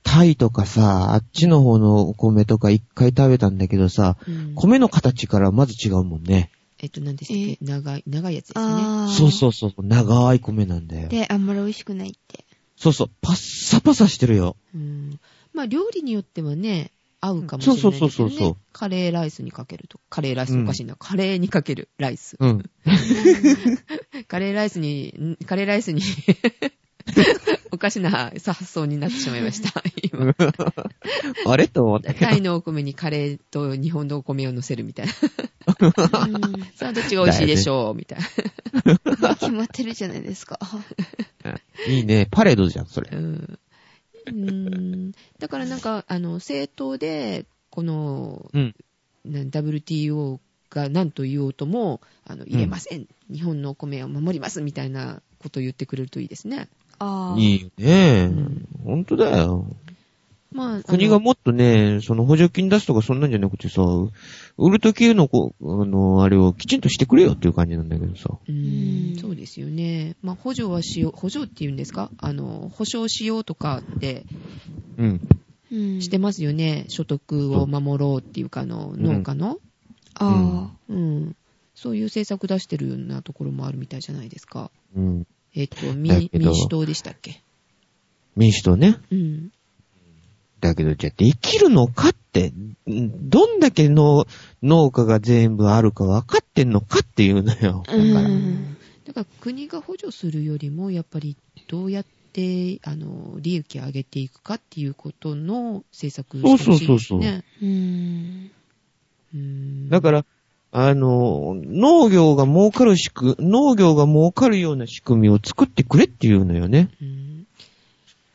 S2: タイとかさ、あっちの方のお米とか一回食べたんだけどさ、
S3: うん
S2: 米の形からまず違うもんね。
S3: えっと、何でしたっけ長い、長いやつですよね。
S1: ああ。
S2: そうそうそう、長い米なんだよ。
S1: で、あんまり美味しくない
S2: (laughs)
S1: って。
S2: そうそう、パッサパサしてるよ。
S3: うんまあ料理によってはね、合うかもしれないですよね。
S2: そうそうそうそうそう
S3: カレーライスにかけると。カレーライスおかしいな。カレーにかけるライス。
S2: うん。
S3: カレーライスに、んカレーライスに、 (laughs) おかしな発想になってしまいました。
S2: (laughs)
S3: 今。
S2: あれと思ったけ
S3: タ
S2: ど。
S3: イのお米にカレーと日本のお米を乗せるみたいな。
S1: うん
S3: さあ、どっちが美味しいでしょうみたい
S1: 決まってるじゃないですか。
S2: いいね。パレードじゃん、それ
S3: な。。うん。うんだからなんか、あの、政党で、この、
S2: うん。
S3: な WTO が何と言おうとも、あの、入れません,、日本のお米を守りますみたいなことを言ってくれるといいですね。
S1: ああ。
S2: いいよね
S3: ん。
S2: ほんとだよ。
S3: まあ、
S2: 国
S3: あ
S2: が
S3: の
S2: もっとね、その補助金出すとかそんなんじゃなくてさ、売るときのこう、あの、あれをきちんとしてくれよっていう感じなんだけどさ。
S3: う
S1: うんん
S3: そうですよね。まあ、補助はしよう、補助っていうんですかあの、保証しようとかって
S2: う
S1: う
S2: ん。
S1: ん
S3: してますよね。所得を守ろうっていうか、あの、
S2: ん
S3: 農家の。
S1: あ
S3: うん。そういう政策出してるようなところもあるみたいじゃないですか。
S2: うん。
S3: えっと、
S2: だ
S3: 民
S2: けど
S3: 民主党でしたっけ
S2: 民主党ね。
S3: うん。
S2: だけど、じゃあできるのかって、んどんだけの農家が全部あるか分かってんのかっていうのよ。
S1: あ。
S2: だから。
S1: うん
S3: だから国が補助するよりもやっぱりどうやってあの利益を上げていくかっていうことの政策をしてほしいですね。
S2: そうそうそうそう
S1: うん。
S3: うん
S2: だから、あの、農業が儲かる仕組、農業が儲かるような仕組みを作ってくれっていうのよね。
S3: うん。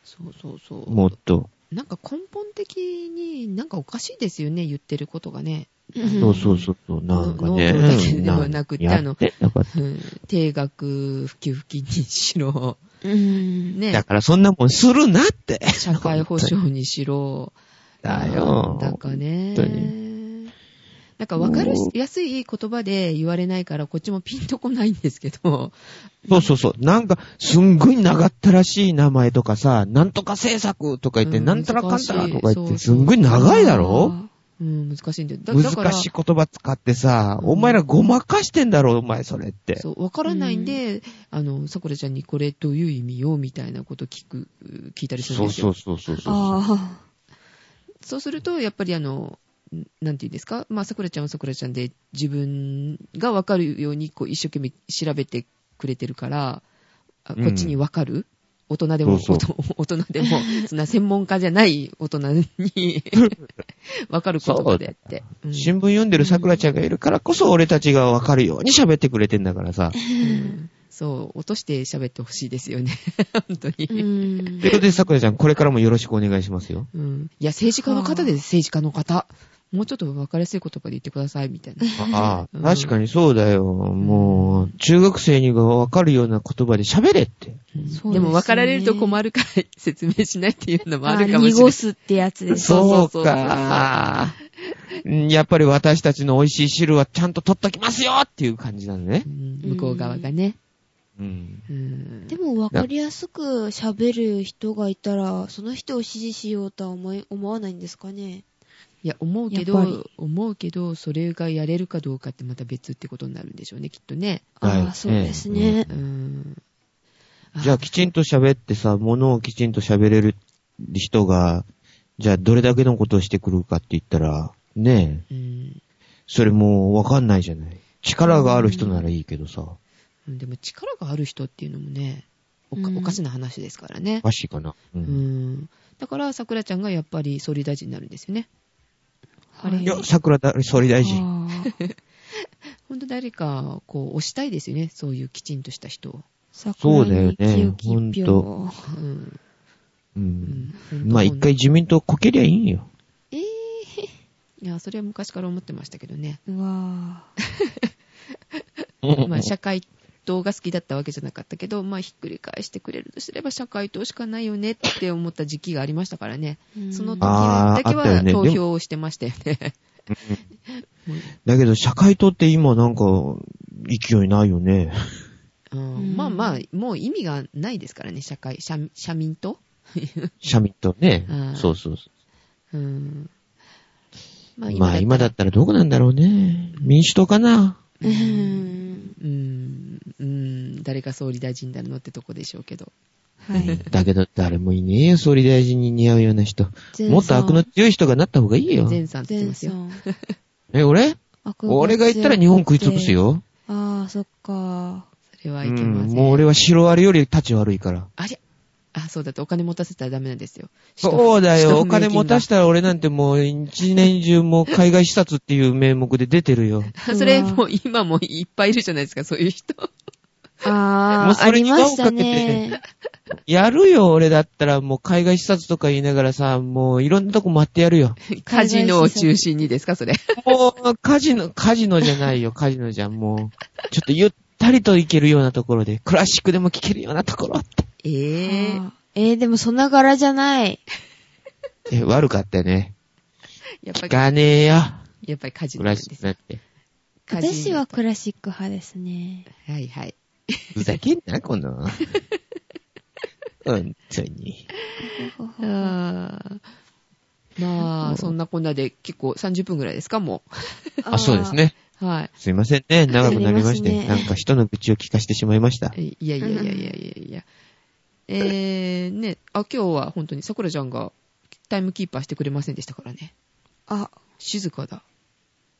S3: そうそうそう。
S2: もっと。
S3: なんか根本的になんかおかしいですよね、言ってることがね。
S1: うん
S2: そうそうそうそう。なんかね。
S3: 農業だけではなくて
S2: うんんかやってなかった
S3: うん (laughs) 定額普及付近にしろ、
S1: うん。
S3: ね
S2: だ、からそんなもんするなって。
S3: 社会保障にしろ、
S2: だよ。
S3: なんかね
S2: 本当。
S3: なんか分かり
S2: もう
S3: やすい言葉で言われないから、こっちもピンとこないんですけど、 (laughs)
S2: そうそうそう。なんか、すんごい長ったらしい名前とかさ、なんとか政策とか言って、
S3: うん
S2: なんたらかんたらとか
S3: 難し
S2: 言っ
S3: い
S2: て、すんごい長いだろ
S3: うん、難しいんだよ。だだから
S2: 難しい言葉使ってさ、
S3: うん
S2: お前らごまかしてんだろ、お前それって。
S3: そう、わからないんで、あの、さくらちゃんにこれどういう意味よ、みたいなこと聞く、聞いたりする
S2: そ
S3: ん
S2: う
S3: です
S2: そ
S3: よ。そう
S2: うそうそうそう。
S1: あ
S3: すると、やっぱりあの、んなんて言うんですかまあ、さくらちゃんはさくらちゃんで、自分がわかるように、こう、一生懸命調べてくれてるから、あこっちにわかる、大人でも、
S2: そう
S3: お (laughs) と大人でも、そんな専門家じゃない大人に (laughs) わかる言葉でって。うん
S2: 新聞読んでる桜ちゃんがいるからこそ、俺たちがわかるように喋ってくれてんだからさ。
S3: うんそう、落として喋ってほしいですよね。 (laughs) 本当に
S1: あ。。うん
S2: と (laughs) いうことで、桜ちゃん、これからもよろしくお願いしますよ。
S3: うん。いや、政治家の方です、政治家の方。もうちょっと分かりやすい言葉で言ってください、みたいな。
S2: あ
S3: うん
S2: あ、確かにそうだよ。もう、中学生にがわかるような言葉で喋れって。
S1: そう
S3: でも分かられると
S1: る。
S3: 困るから説明しないっていうのもあ
S1: あ
S3: るかもしれな
S1: 濁
S3: い。
S1: すってやつです。
S3: そうそうそう
S2: か。うんやっぱり私たちの美味しい汁はちゃんと取っときますよっていう感じなのね
S3: う。ん向こう側がね。
S2: うん。
S3: うん。
S1: でも分かりやすく喋る人がいたら、その人を支持しようとは思い思わないんですかね。
S3: いや、思うけ
S1: やっぱり
S3: ど、思うけど、それがやれるかどうかってまた別ってことになるんでしょうね、きっとね。
S1: ああ、
S2: はい
S1: そうですね。
S3: うん。 (laughs)
S2: じゃあきちんと喋ってさ、ものをきちんと喋れる人が、じゃあどれだけのことをしてくるかって言ったら、ねえ、
S3: うん。
S2: それもうわかんないじゃない。力がある人ならいいけどさ、
S3: でも力がある人っていうのもね、おか
S1: うん
S3: おかしな話ですからね
S2: お。かしいかな。う
S3: うんん。だから、桜ちゃんがやっぱり総理大臣になるんですよね。
S1: あれ
S2: いや、桜だ、総理大臣。
S1: あー
S3: 本当誰か、こう、押したいですよね。そういうきちんとした人を。
S1: 桜に
S2: そうだよね
S1: 清き一票を
S3: うん。
S2: う。
S3: うんん本当
S2: まあ一回自民党こけりゃいいんよ。
S3: ええいや、それは昔から思ってましたけどね。
S1: うわ
S3: まあ、社会党が好きだったわけじゃなかったけど、まあ、ひっくり返してくれるとすれば、社会党しかないよねって思った時期がありましたからね。
S1: ー
S3: その時
S1: あ
S3: だけ
S2: あーあったよ
S3: は
S2: ね
S3: 投票をしてましたよね。 (laughs)
S2: だけど、社会党って今なんか、勢いないよ
S3: (laughs)
S2: ね。
S3: うんまあまあ、もう意味がないですからね、社会、社社民党
S2: 社民党ね
S3: うん。
S2: そうそうそ
S3: うん。ま
S2: う。まあ今だ
S3: っ
S2: ったらどこなんだろうね。民主党かな
S1: うーん。
S3: うん、うん、誰が総理大臣になるのってとこでしょうけど。
S1: はい。
S2: だけど誰もいねえよ、総理大臣に似合うような人。もっと悪の強い人がなった方がいいよ。
S3: 前さんって言って
S1: 全
S3: ます
S1: さ
S3: よ。
S1: ん。
S2: え、俺俺が言ったら日本食いつぶす。よ。
S1: ああ、そっか。
S3: それは
S2: う
S3: いけ
S2: ん
S3: ません。
S2: もう俺は白あれより立ち悪いから。
S3: あれあ、そうだってお金持たせたらダメなんですよ。。
S2: そうだよ。お金持たしたたら俺なんてもう一年中もう海外視察っていう名目で出てるよ。
S3: (laughs) それもう今もいっぱいいるじゃないですか、そういう人。
S2: もう
S1: ああ、
S2: そ
S1: あ
S2: れ
S1: り
S2: に
S1: ましたね。
S2: やるよ、俺だったらもう海外視察とか言いながらさ、もういろんなとこ回ってやるよ。
S3: カジノを中心にですか、それ。
S2: もう、カジノ、カジノじゃないよ、カジノじゃん、もう。ちょっとゆったりと行けるようなところで、クラシックでも聴けるようなところって。
S3: ええ
S1: あーえー、でもそんな柄じゃない。
S2: え、悪かったよね。
S3: や
S2: 聞
S3: っぱ
S2: かねえよ、
S3: り、やっぱりカジ
S2: ク
S3: ノなん
S2: ラ
S3: で
S2: シック
S3: す
S2: な
S3: よ。
S2: んて。
S3: カジノ
S1: 私はクラシック派ですね。
S3: はいはい。
S2: ふざけんな、
S1: (laughs)
S2: この。本当に。
S3: あーまあ、そんなこんなで結構30分ぐらいですか、も
S2: あ、そうです。ね。
S3: う。はい。
S2: すいませんね。長くなりまし
S1: すいま
S2: て。
S1: せんね
S2: なんか人の愚痴を聞かせてしまいました。
S3: えいやいやいやいやいやいや。えー、ね、あ、今日は本当に桜ちゃんがタイムキーパーしてくれませんでしたからね。
S1: あ、
S3: 静かだ。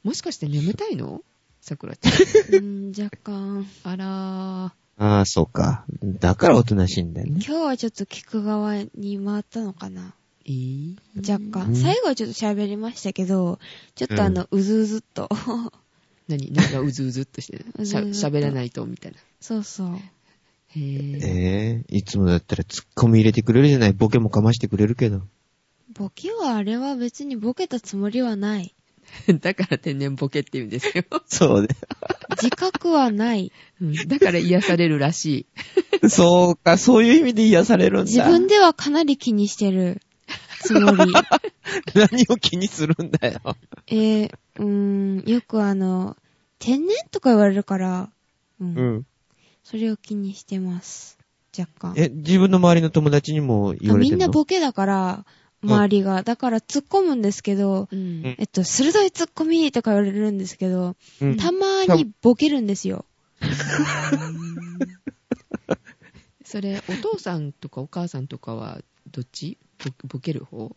S3: もしかして眠たいの桜ちゃ
S1: うん、若干。
S3: ん。あらー。
S2: ああ、そうか。だからおとなしいんだよ
S1: 今
S2: ね。
S1: 日はちょっと聞く側に回ったのかな。
S3: えー、
S1: 若
S2: うん
S1: 干。
S2: (laughs)
S1: 最後はちょっと喋りましたけど、ちょっとあの、うずうずっと。
S3: 何何がう (laughs) ずうずっとしてるしゃ
S1: うずうずっと
S3: 喋らないとみたいな
S1: そうそう。
S3: へえ
S2: ええいつもだったらツッコミ入れてくれるじゃない。ボケもかましてくれるけど。
S1: ボケはあれは別にボケたつもりはない。
S3: (laughs) だから天然ボケって言うんですよ、
S2: そう
S1: 自覚はない。
S3: うん (laughs) だから癒されるらしい
S2: ね。 (laughs) そうか、そういう意味で癒されるんだ。
S1: 自分ではかなり気にしてるつも
S2: (laughs)
S1: り。
S2: 何を気にするんだよ。
S1: えー、うーん、よくあの、天然とか言われるから、うん。
S2: うん。
S1: それを気にしてます。若干。
S2: え、自分の周りの友達にも言
S1: あ
S2: われ
S1: み
S2: てる
S1: ん
S2: の
S1: なボケだから、
S2: うん
S1: 周りが。だから突っ込むんですけど、
S3: うん
S1: えっと、鋭い突っ込みとか言われるんですけど、
S2: うん
S1: たまにボケるんですよ。
S3: それお父さんとかお母さんとかはどっちボボケる方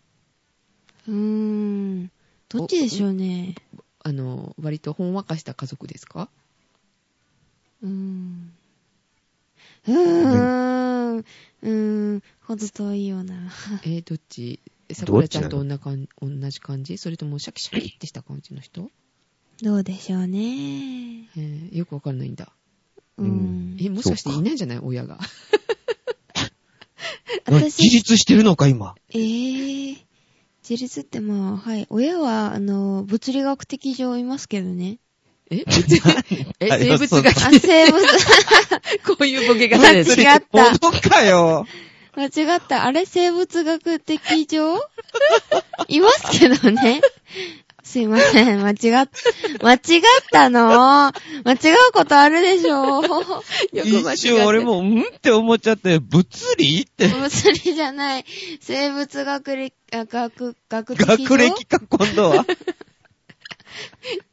S1: うーん。どっちでしょうね。
S3: あの割とほんわかした家族ですか
S1: うーん。うーん。うーん。ほど遠いような。 (laughs)
S3: えーどっちさ
S2: ど
S3: く
S2: っ
S3: ら
S2: ち
S3: ち
S2: な
S3: ゃ
S2: の
S3: んと同じ同じ感じそれともシャキシャキってした感じの人、
S1: どうでしょうね。
S3: えーよくわかんないんだ
S1: う
S2: う
S1: ん。
S2: ん
S3: えもしかしていないんじゃない親が
S2: 何自
S1: 私、
S2: 立してるのか、今。
S1: えー、自立ってまあ、はい。親は、あの、物理学的上いますけど
S2: (laughs)
S1: ね。
S3: え別にえ生物が
S1: あ、生物、
S3: (laughs) こういうボケが
S1: 間違
S3: 出てる
S1: った。
S2: ど
S1: (laughs)
S2: っかよ。
S1: 間違った。あれ、生物学的上いますけどね。すいません。間違っ、間違ったの。間違うことあるでしょう。
S3: よく間違
S2: 一
S3: えて
S2: 瞬俺も、うんって思っちゃって、物理って、
S1: 物理じゃない。生物学歴、あ学、 (laughs) 学的上
S2: 学歴か、今
S1: (laughs)
S2: 度は。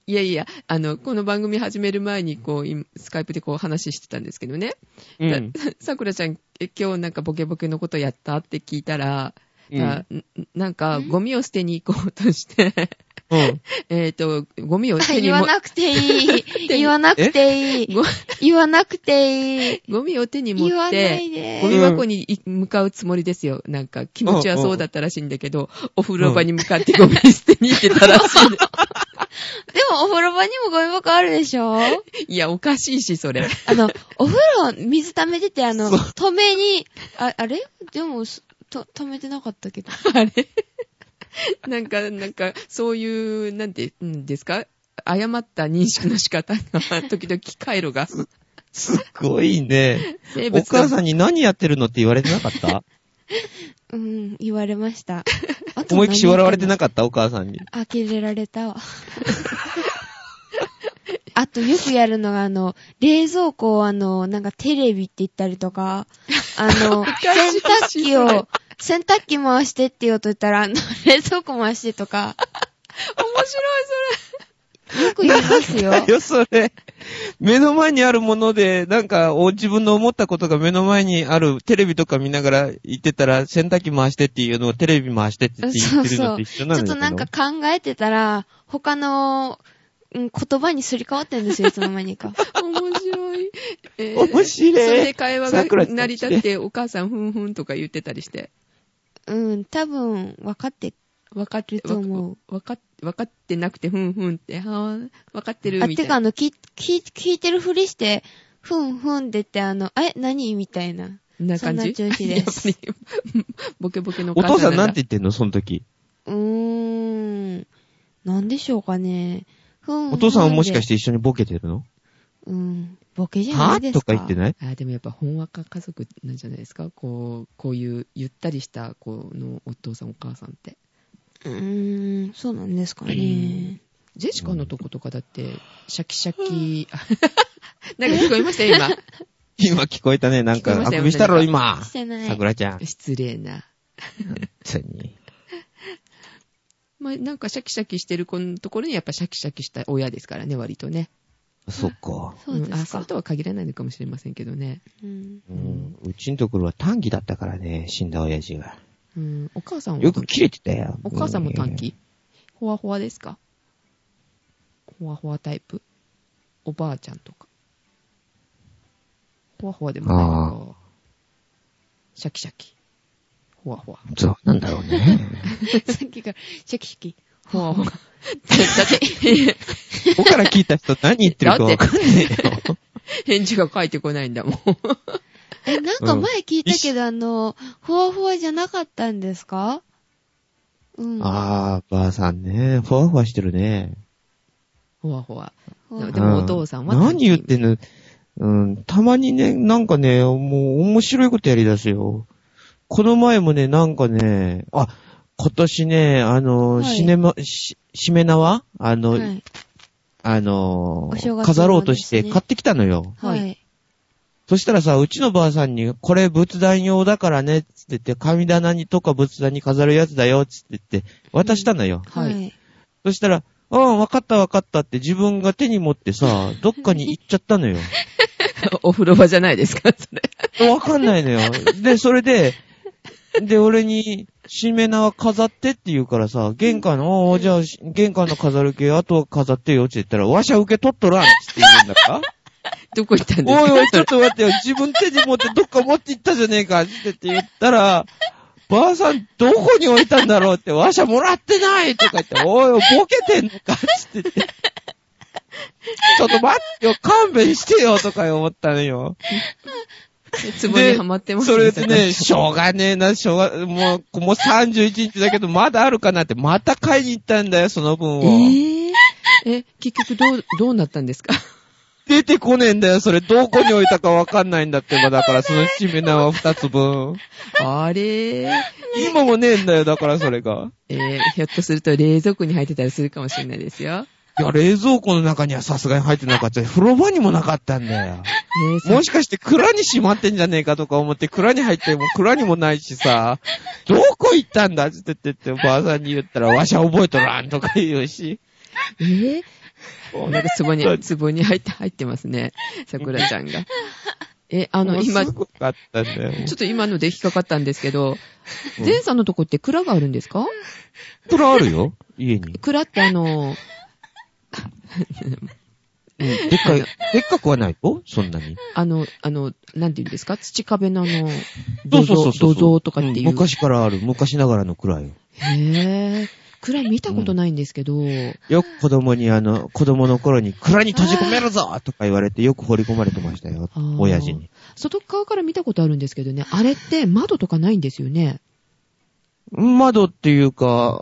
S3: いやいや、あの、この番組始める前に、こう、今スカイプでこう話してたんですけどね。
S2: うん。
S3: さくらちゃん、え今日なんかボケボケのことやったって聞いたら、
S2: うん
S3: あんなんか、ゴミを捨てに行こうとして、 (laughs)
S2: うん。
S3: えっと、ゴミを手に
S1: 言
S3: も
S1: わ、なくていい。
S3: に
S1: 言わなくていい。
S3: ご
S1: 言わなくていい。
S3: ゴミを手に持
S1: 言わ
S3: っ
S1: ない
S3: て、
S1: で
S3: ゴ。ミ箱にい向かうつもりですよ。なんか、気持ちはそうだったらしいんだけど、お風呂場に向かってゴミ捨てに行ってたらしいんで。
S1: でも、お風呂場にもゴミ箱あるでしょ
S3: (laughs) いや、おかしいし、
S2: (laughs)
S3: それ。
S1: あの、お風呂、水溜めてて、あの、
S2: そう
S1: 止めに、あ、あれでも、すと、溜めてなかったけど。
S3: あれ (laughs) なんか、なんか、そういう、なんて、うんですか誤った認識の仕方が、時々回路が、
S2: すごいね。
S3: 生
S2: お
S3: 物
S2: 母
S3: が
S2: さんに何やってるのって言われてなかった
S1: うん、言われま
S2: (laughs)
S1: した。 (laughs) あと
S2: 思いっきり笑われてな
S1: か
S2: かったお母さんに。
S1: った。呆れられたわ。 (laughs) あと、よくやるのが、あの、冷蔵庫を、あの、なんかテレビって言ったりとか、あ
S2: (laughs)
S1: の、洗濯機を、洗濯機回してって言おうと言ったら、あの、冷蔵庫回してとか、
S3: 面白い、
S1: よく言います
S2: (laughs)
S1: よ。
S2: よ、それ。目の前にあるもので、なんか、お自分の思ったことが目の前にあるテレビとか見ながら言ってたら、洗濯機回してっていうのをテレビ回してって言ってるのと一緒な
S1: ちょっ
S2: んだけど
S1: となんか考えてたら、他の、うん言葉にすり替わってるんですよ、いつの間にか。
S3: それ。面白い。えー
S2: 面白い
S3: それで会話が
S2: 桜ちゃん
S3: 成り立って、お母さんふんふんとか言ってたりして。
S1: (laughs) うん、多分、分かって
S3: 分かって
S1: ると思う。
S3: わかっ、わかってなくて、ふんふんって、はぁ、分かってる
S1: あ、
S3: みた
S1: て
S3: い
S1: か、
S3: な。
S1: あの、聞い、聞い聞いてるふりして、ふんふんでって、あの、え、何みたいな。
S3: な感じ。
S1: そんな調子です
S3: (laughs) やっぱり、ボケボケのお
S2: お
S3: 母
S2: 父
S3: さ
S2: さ
S3: ん
S2: ん
S3: だ
S2: なんて言ってんのその時。
S1: うーん、なんでしょうかね。ふんふんで。
S2: お父さんはもしかして一緒にボケてるの
S1: うん、ボケじゃな
S2: はい
S1: です
S2: と
S1: か。
S2: か言ってない
S3: あーでもやっぱ、ほんわか家族なんじゃないですかこう、こういう、ゆったりした、この、お父さんお母さんって。
S1: うーん、そうなんですかね。
S3: ジェシカのとことかだって、シャキシャキ、 (laughs) なんか聞こえましたよ、今。
S2: 今聞こえたね。なん
S3: 聞こえ
S2: か
S3: ま、し
S2: あ
S3: たよ
S2: くびしたろ、今。
S1: してない。
S2: 桜ちゃん。
S3: 失礼な。
S2: 本当に
S3: まあ、なんかシャキシャキしてる子のところにやっぱシャキシャキした親ですからね、割とね。
S2: そっか。
S1: そうで
S3: んあ、
S1: す
S3: そう
S1: か。
S3: とは限らないのかもしれませんけどね。
S1: うん (laughs)
S2: うんうちのところは短期だったからね、死んだ親父が。
S3: うん、お母さんは
S2: よく切れてたよ。
S3: お母さんも短期ほわほわですかほわほわタイプおばあちゃんとか。ほわほわでもないのか。シャキシャキ。ほわほわ。
S2: そうなんだろうね。
S1: さっきから、シャキシャキ、
S3: もう、だって、
S2: ここから聞いた人何言ってるかわかんねえよ。
S3: 返事が返ってこないんだもん。
S1: え、なんか前聞いたけど、あの、ふわふわじゃなかったんですかうん。
S2: あー、ばあさんね、ふわふわしてるね。
S3: ほわほわ。
S1: ふわ
S3: でもお父さんは
S2: う
S3: 単
S2: 何
S3: に
S2: 言ってんのうん、たまにね、なんかね、もう面白いことやりだすよ。この前もね、なんかね、あ、今年ね、あの、
S1: はい
S2: シネマ、し、しめ縄あの、
S1: はい。
S2: あの
S1: お正月用の、
S2: 飾ろうとして
S1: ですね
S2: 買ってきたのよ。
S1: は
S3: はい
S1: い。
S2: そしたらさ、うちのばあさんに、これ仏壇用だからね、つって言って、神棚にとか仏壇に飾るやつだよ、つって言って、渡したのよ。
S1: は
S3: はい
S1: い。
S2: そしたら、うん、わかったわかったって自分が手に持ってさ、どっかに行っちゃったのよ。
S3: お風呂場じゃないですか、それ。
S2: わかんないのよ。で、それで、で、俺に、しめ縄飾ってって言うからさ、玄関の、おーじゃあ、し玄関の飾る系、あとは飾ってよって言ったら、わしゃ受け取っとらんっつって言うんだか
S3: どこ行ったんですか
S2: おいおい、ちょっと待ってよ。自分手に持ってどっか持って行ったじゃねえかっつってって言ったら、ばあさん、どこに置いたんだろうって、わしゃもらってないとか言って、おいおい、ボケてんのかっつってって。ちょっと待ってよ、勘弁してよとか思ったのよ。
S3: ツボにはまってます
S2: それでね、しょうがねえな、しょうが、もう、もう31日だけど、まだあるかなって、また買いに行ったんだよ、その分を。
S3: えええ、結局どう、どうなったんですか
S2: 出てこねえんだよ、それ。どこに置いたかわかんないんだってば、だ
S3: (laughs)
S2: から、そのしめ縄2つ分。
S3: あれ
S2: 今もねえんだよ、だから、それが。
S3: えーひょっとすると冷蔵庫に入ってたりするかもしれないですよ。
S2: いや、冷蔵庫の中にはさすがに入ってなかった。風呂場にもなかったんだよ。
S3: ねえ、
S2: もしかして蔵にしまってんじゃねえかとか思って、蔵に入っても蔵にもないしさ、どこ行ったんだって言ってって、ばあさんに言ったら、わしゃ覚えとらんとか言うし。
S3: えーなんか壺に、壺に入って、入ってますね。桜ちゃんが。え、あの、今、
S2: す
S3: ちょ
S2: ごかったんだよ。
S3: っと今ので引っかかったんですけど、前さんのとこって蔵があるんですか
S2: 蔵あるよ家に。
S3: 蔵ってあの、
S2: でっかい、でっかくはないよそんなに。
S3: あの、あの、なんて言うんですか土壁のあの、
S2: そ
S3: 土
S2: うそうそ
S3: 蔵
S2: うそう。
S3: 土蔵とかってい
S2: ん
S3: う。
S2: 昔からある、昔ながらの蔵よ。
S3: へぇ蔵見たことないんですけど、
S2: よく子供に、あの、子供の頃に、蔵に閉じ込めるぞとか言われて、よく掘り込まれてましたよ
S3: あ。ー
S2: 親父に。
S3: 外側から見たことあるんですけどね、あれって窓とかないんですよね。
S2: 窓っていうか、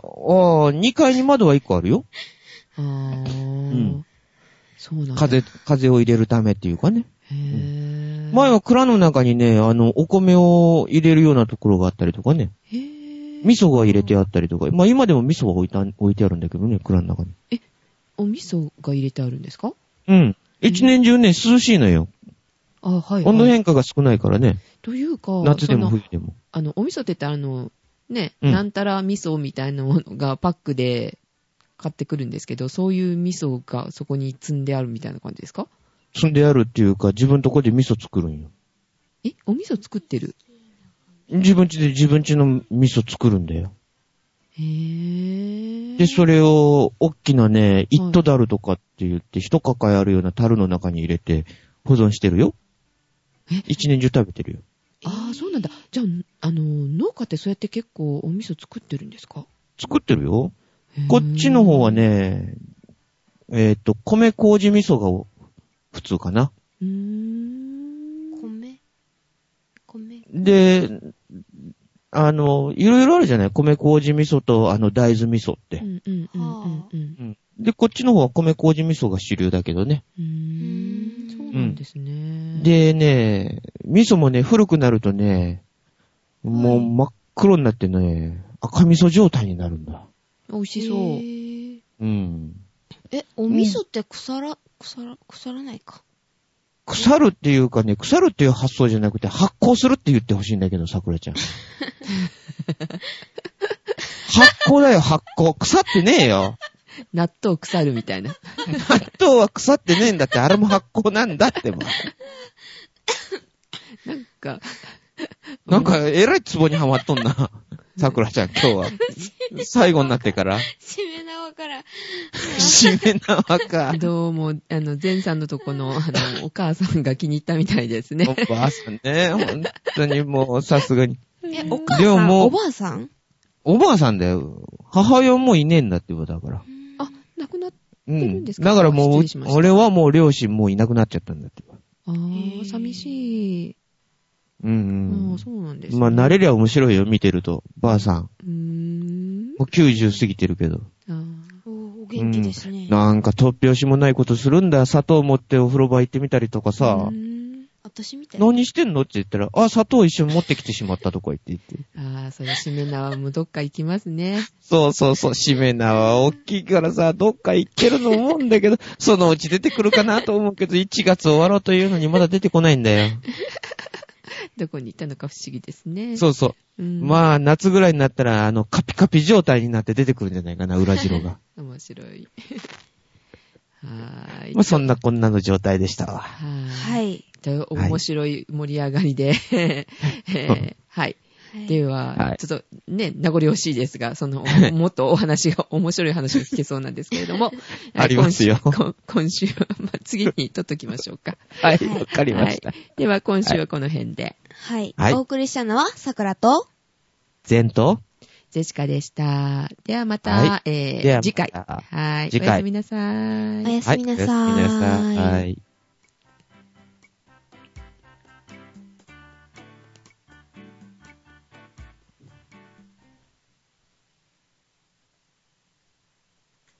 S2: ああ、2階に窓は1個あるよ。
S3: あー。
S2: ん
S3: そうなんだ。
S2: 風、風を入れるためっていうかね。
S3: へぇ
S2: 前は蔵の中にね、あの、お米を入れるようなところがあったりとかね。
S3: へぇ
S2: 味噌が入れてあったりとか。まあ今でも味噌は置いた、置いてあるんだけどね、蔵の中に。
S3: お味噌が入れてあるんですか
S2: うん。一年中ね、涼しいのよ。
S3: あ、はい、
S2: 温度
S3: はい。
S2: 変化が少ないからね。
S3: というか、
S2: 夏でも
S3: その
S2: 冬でも。
S3: あの、お味噌って言ったらあの、ね、
S2: うん
S3: なんたら味噌みたいなのがパックで買ってくるんですけど、そういう味噌がそこに積んであるみたいな感じですか
S2: 積んであるっていうか、自分とこで味噌作るんよ。
S3: え、お味噌作ってる
S2: 自分家で自分家の味噌作るんだよ。
S3: へぇ
S2: で、それを、大きなね、一斗樽とかって言って、一抱えあるような樽の中に入れて、保存してるよ
S3: え。
S2: 一年中食べてるよ。
S3: ああ、そうなんだ。じゃあ、あの、農家ってそうやって結構お味噌作ってるんですか
S2: 作ってるよ。こっちの方は、ね、えっ、と、米麹味噌が普通かな。
S3: うーん。
S1: 米米
S2: で、あの、いろいろあるじゃない米麹味噌と、あの、大豆味噌って
S3: う。んうんうんうんうん。
S2: で、こっちの方は米麹味噌が主流だけどね。
S3: うーん。そうなんですね。、
S2: でね、味噌もね、古くなるとね、もう真っ黒になってね、赤味噌状態になるんだ。
S3: 美味し
S1: し
S3: そ
S1: そうう。。
S2: うん。
S1: え、お味噌って腐ら、腐ら、腐らないか。
S2: 腐るっていうかね、腐るっていう発想じゃなくて、発酵するって言ってほしいんだけど、桜ちゃん。発酵だよ、発酵。腐ってねえよ。
S3: 納豆腐るみたいな。
S2: 納豆は腐ってねえんだって、あれも発酵なんだってば。
S3: なんか、
S2: なんか、えらいツボにはまっとんな。桜ちゃん、今日は。最後になってから。
S1: しめ縄から。
S2: 締めなわか。
S3: どうも、あの、前さんのとこの、あの、お母さんが気に入ったみたいですね。
S2: おばあさんね、本当にもう、さすがに。
S1: え、お母さん
S2: でももう
S1: おばあさん
S2: おばあさんだよ。母親もいねえんだってことだから。
S3: あ、亡くなっ、
S2: う
S3: てるんですか
S2: だからも
S3: 失
S2: う
S3: 礼しまし、た
S2: 俺はもう両親もういなくなっちゃったんだって。
S3: あ
S1: へー
S3: ー、寂しい。
S2: う
S3: あ
S2: ん
S3: ー、そうなんで
S2: う
S3: す、
S2: ん。まあ、慣れりゃ面白いよ、見てると。ばあさん。
S3: うーん。
S2: もう90過ぎてるけど。
S3: あー
S1: おお元気ですね。
S2: なんか突拍子もないことするんだ。砂糖持ってお風呂場行ってみたりとかさ
S3: う。ーん
S1: 私みたいな。
S2: 何してんのって言ったら、あ、砂糖一緒に持ってきてしまったとか言って言って。
S3: あー、それ、しめ縄もどっか行きますね。
S2: そうそうそう、しめ縄大きいからさ、どっか行ってると思うんだけど、そのうち出てくるかなと思うけど、1月終わろうというのにまだ出てこないんだよ。
S3: どこに行ったのか不思議ですね。
S2: そうそう。
S3: う。ん、
S2: まあ、夏ぐらいになったら、あの、カピカピ状態になって出てくるんじゃないかな、裏 (laughs) 白が。
S3: 面白い。はーい。
S2: まあ、そんなこんなの状態でしたわ。
S3: はーい。
S1: はい。
S3: と、面白い盛り上が
S2: (laughs)
S3: りで。えーはい。
S1: はい
S3: では、
S2: はい。
S3: ちょっとね、名残惜しいですが、その、おもっとお話が、面白い話が聞けそうなんですけれども
S2: (laughs) ありますよ
S3: (laughs) 今週こ今週は、まあ、次に取っときましょ
S2: (laughs)
S3: うか。
S2: はい、わかりま
S3: は
S2: し
S3: い
S2: た。。
S3: では、今週はこの辺で、
S1: はい。
S2: はい
S1: お送りしたのは、さくらと、
S2: 前と、
S3: ジェシカでした。ではまた、
S2: は
S3: え
S2: ではまた
S3: ー、次回。はい。
S2: 次回
S3: おやすみなさい。
S1: おやすみなさー
S2: はいおやすみなさい。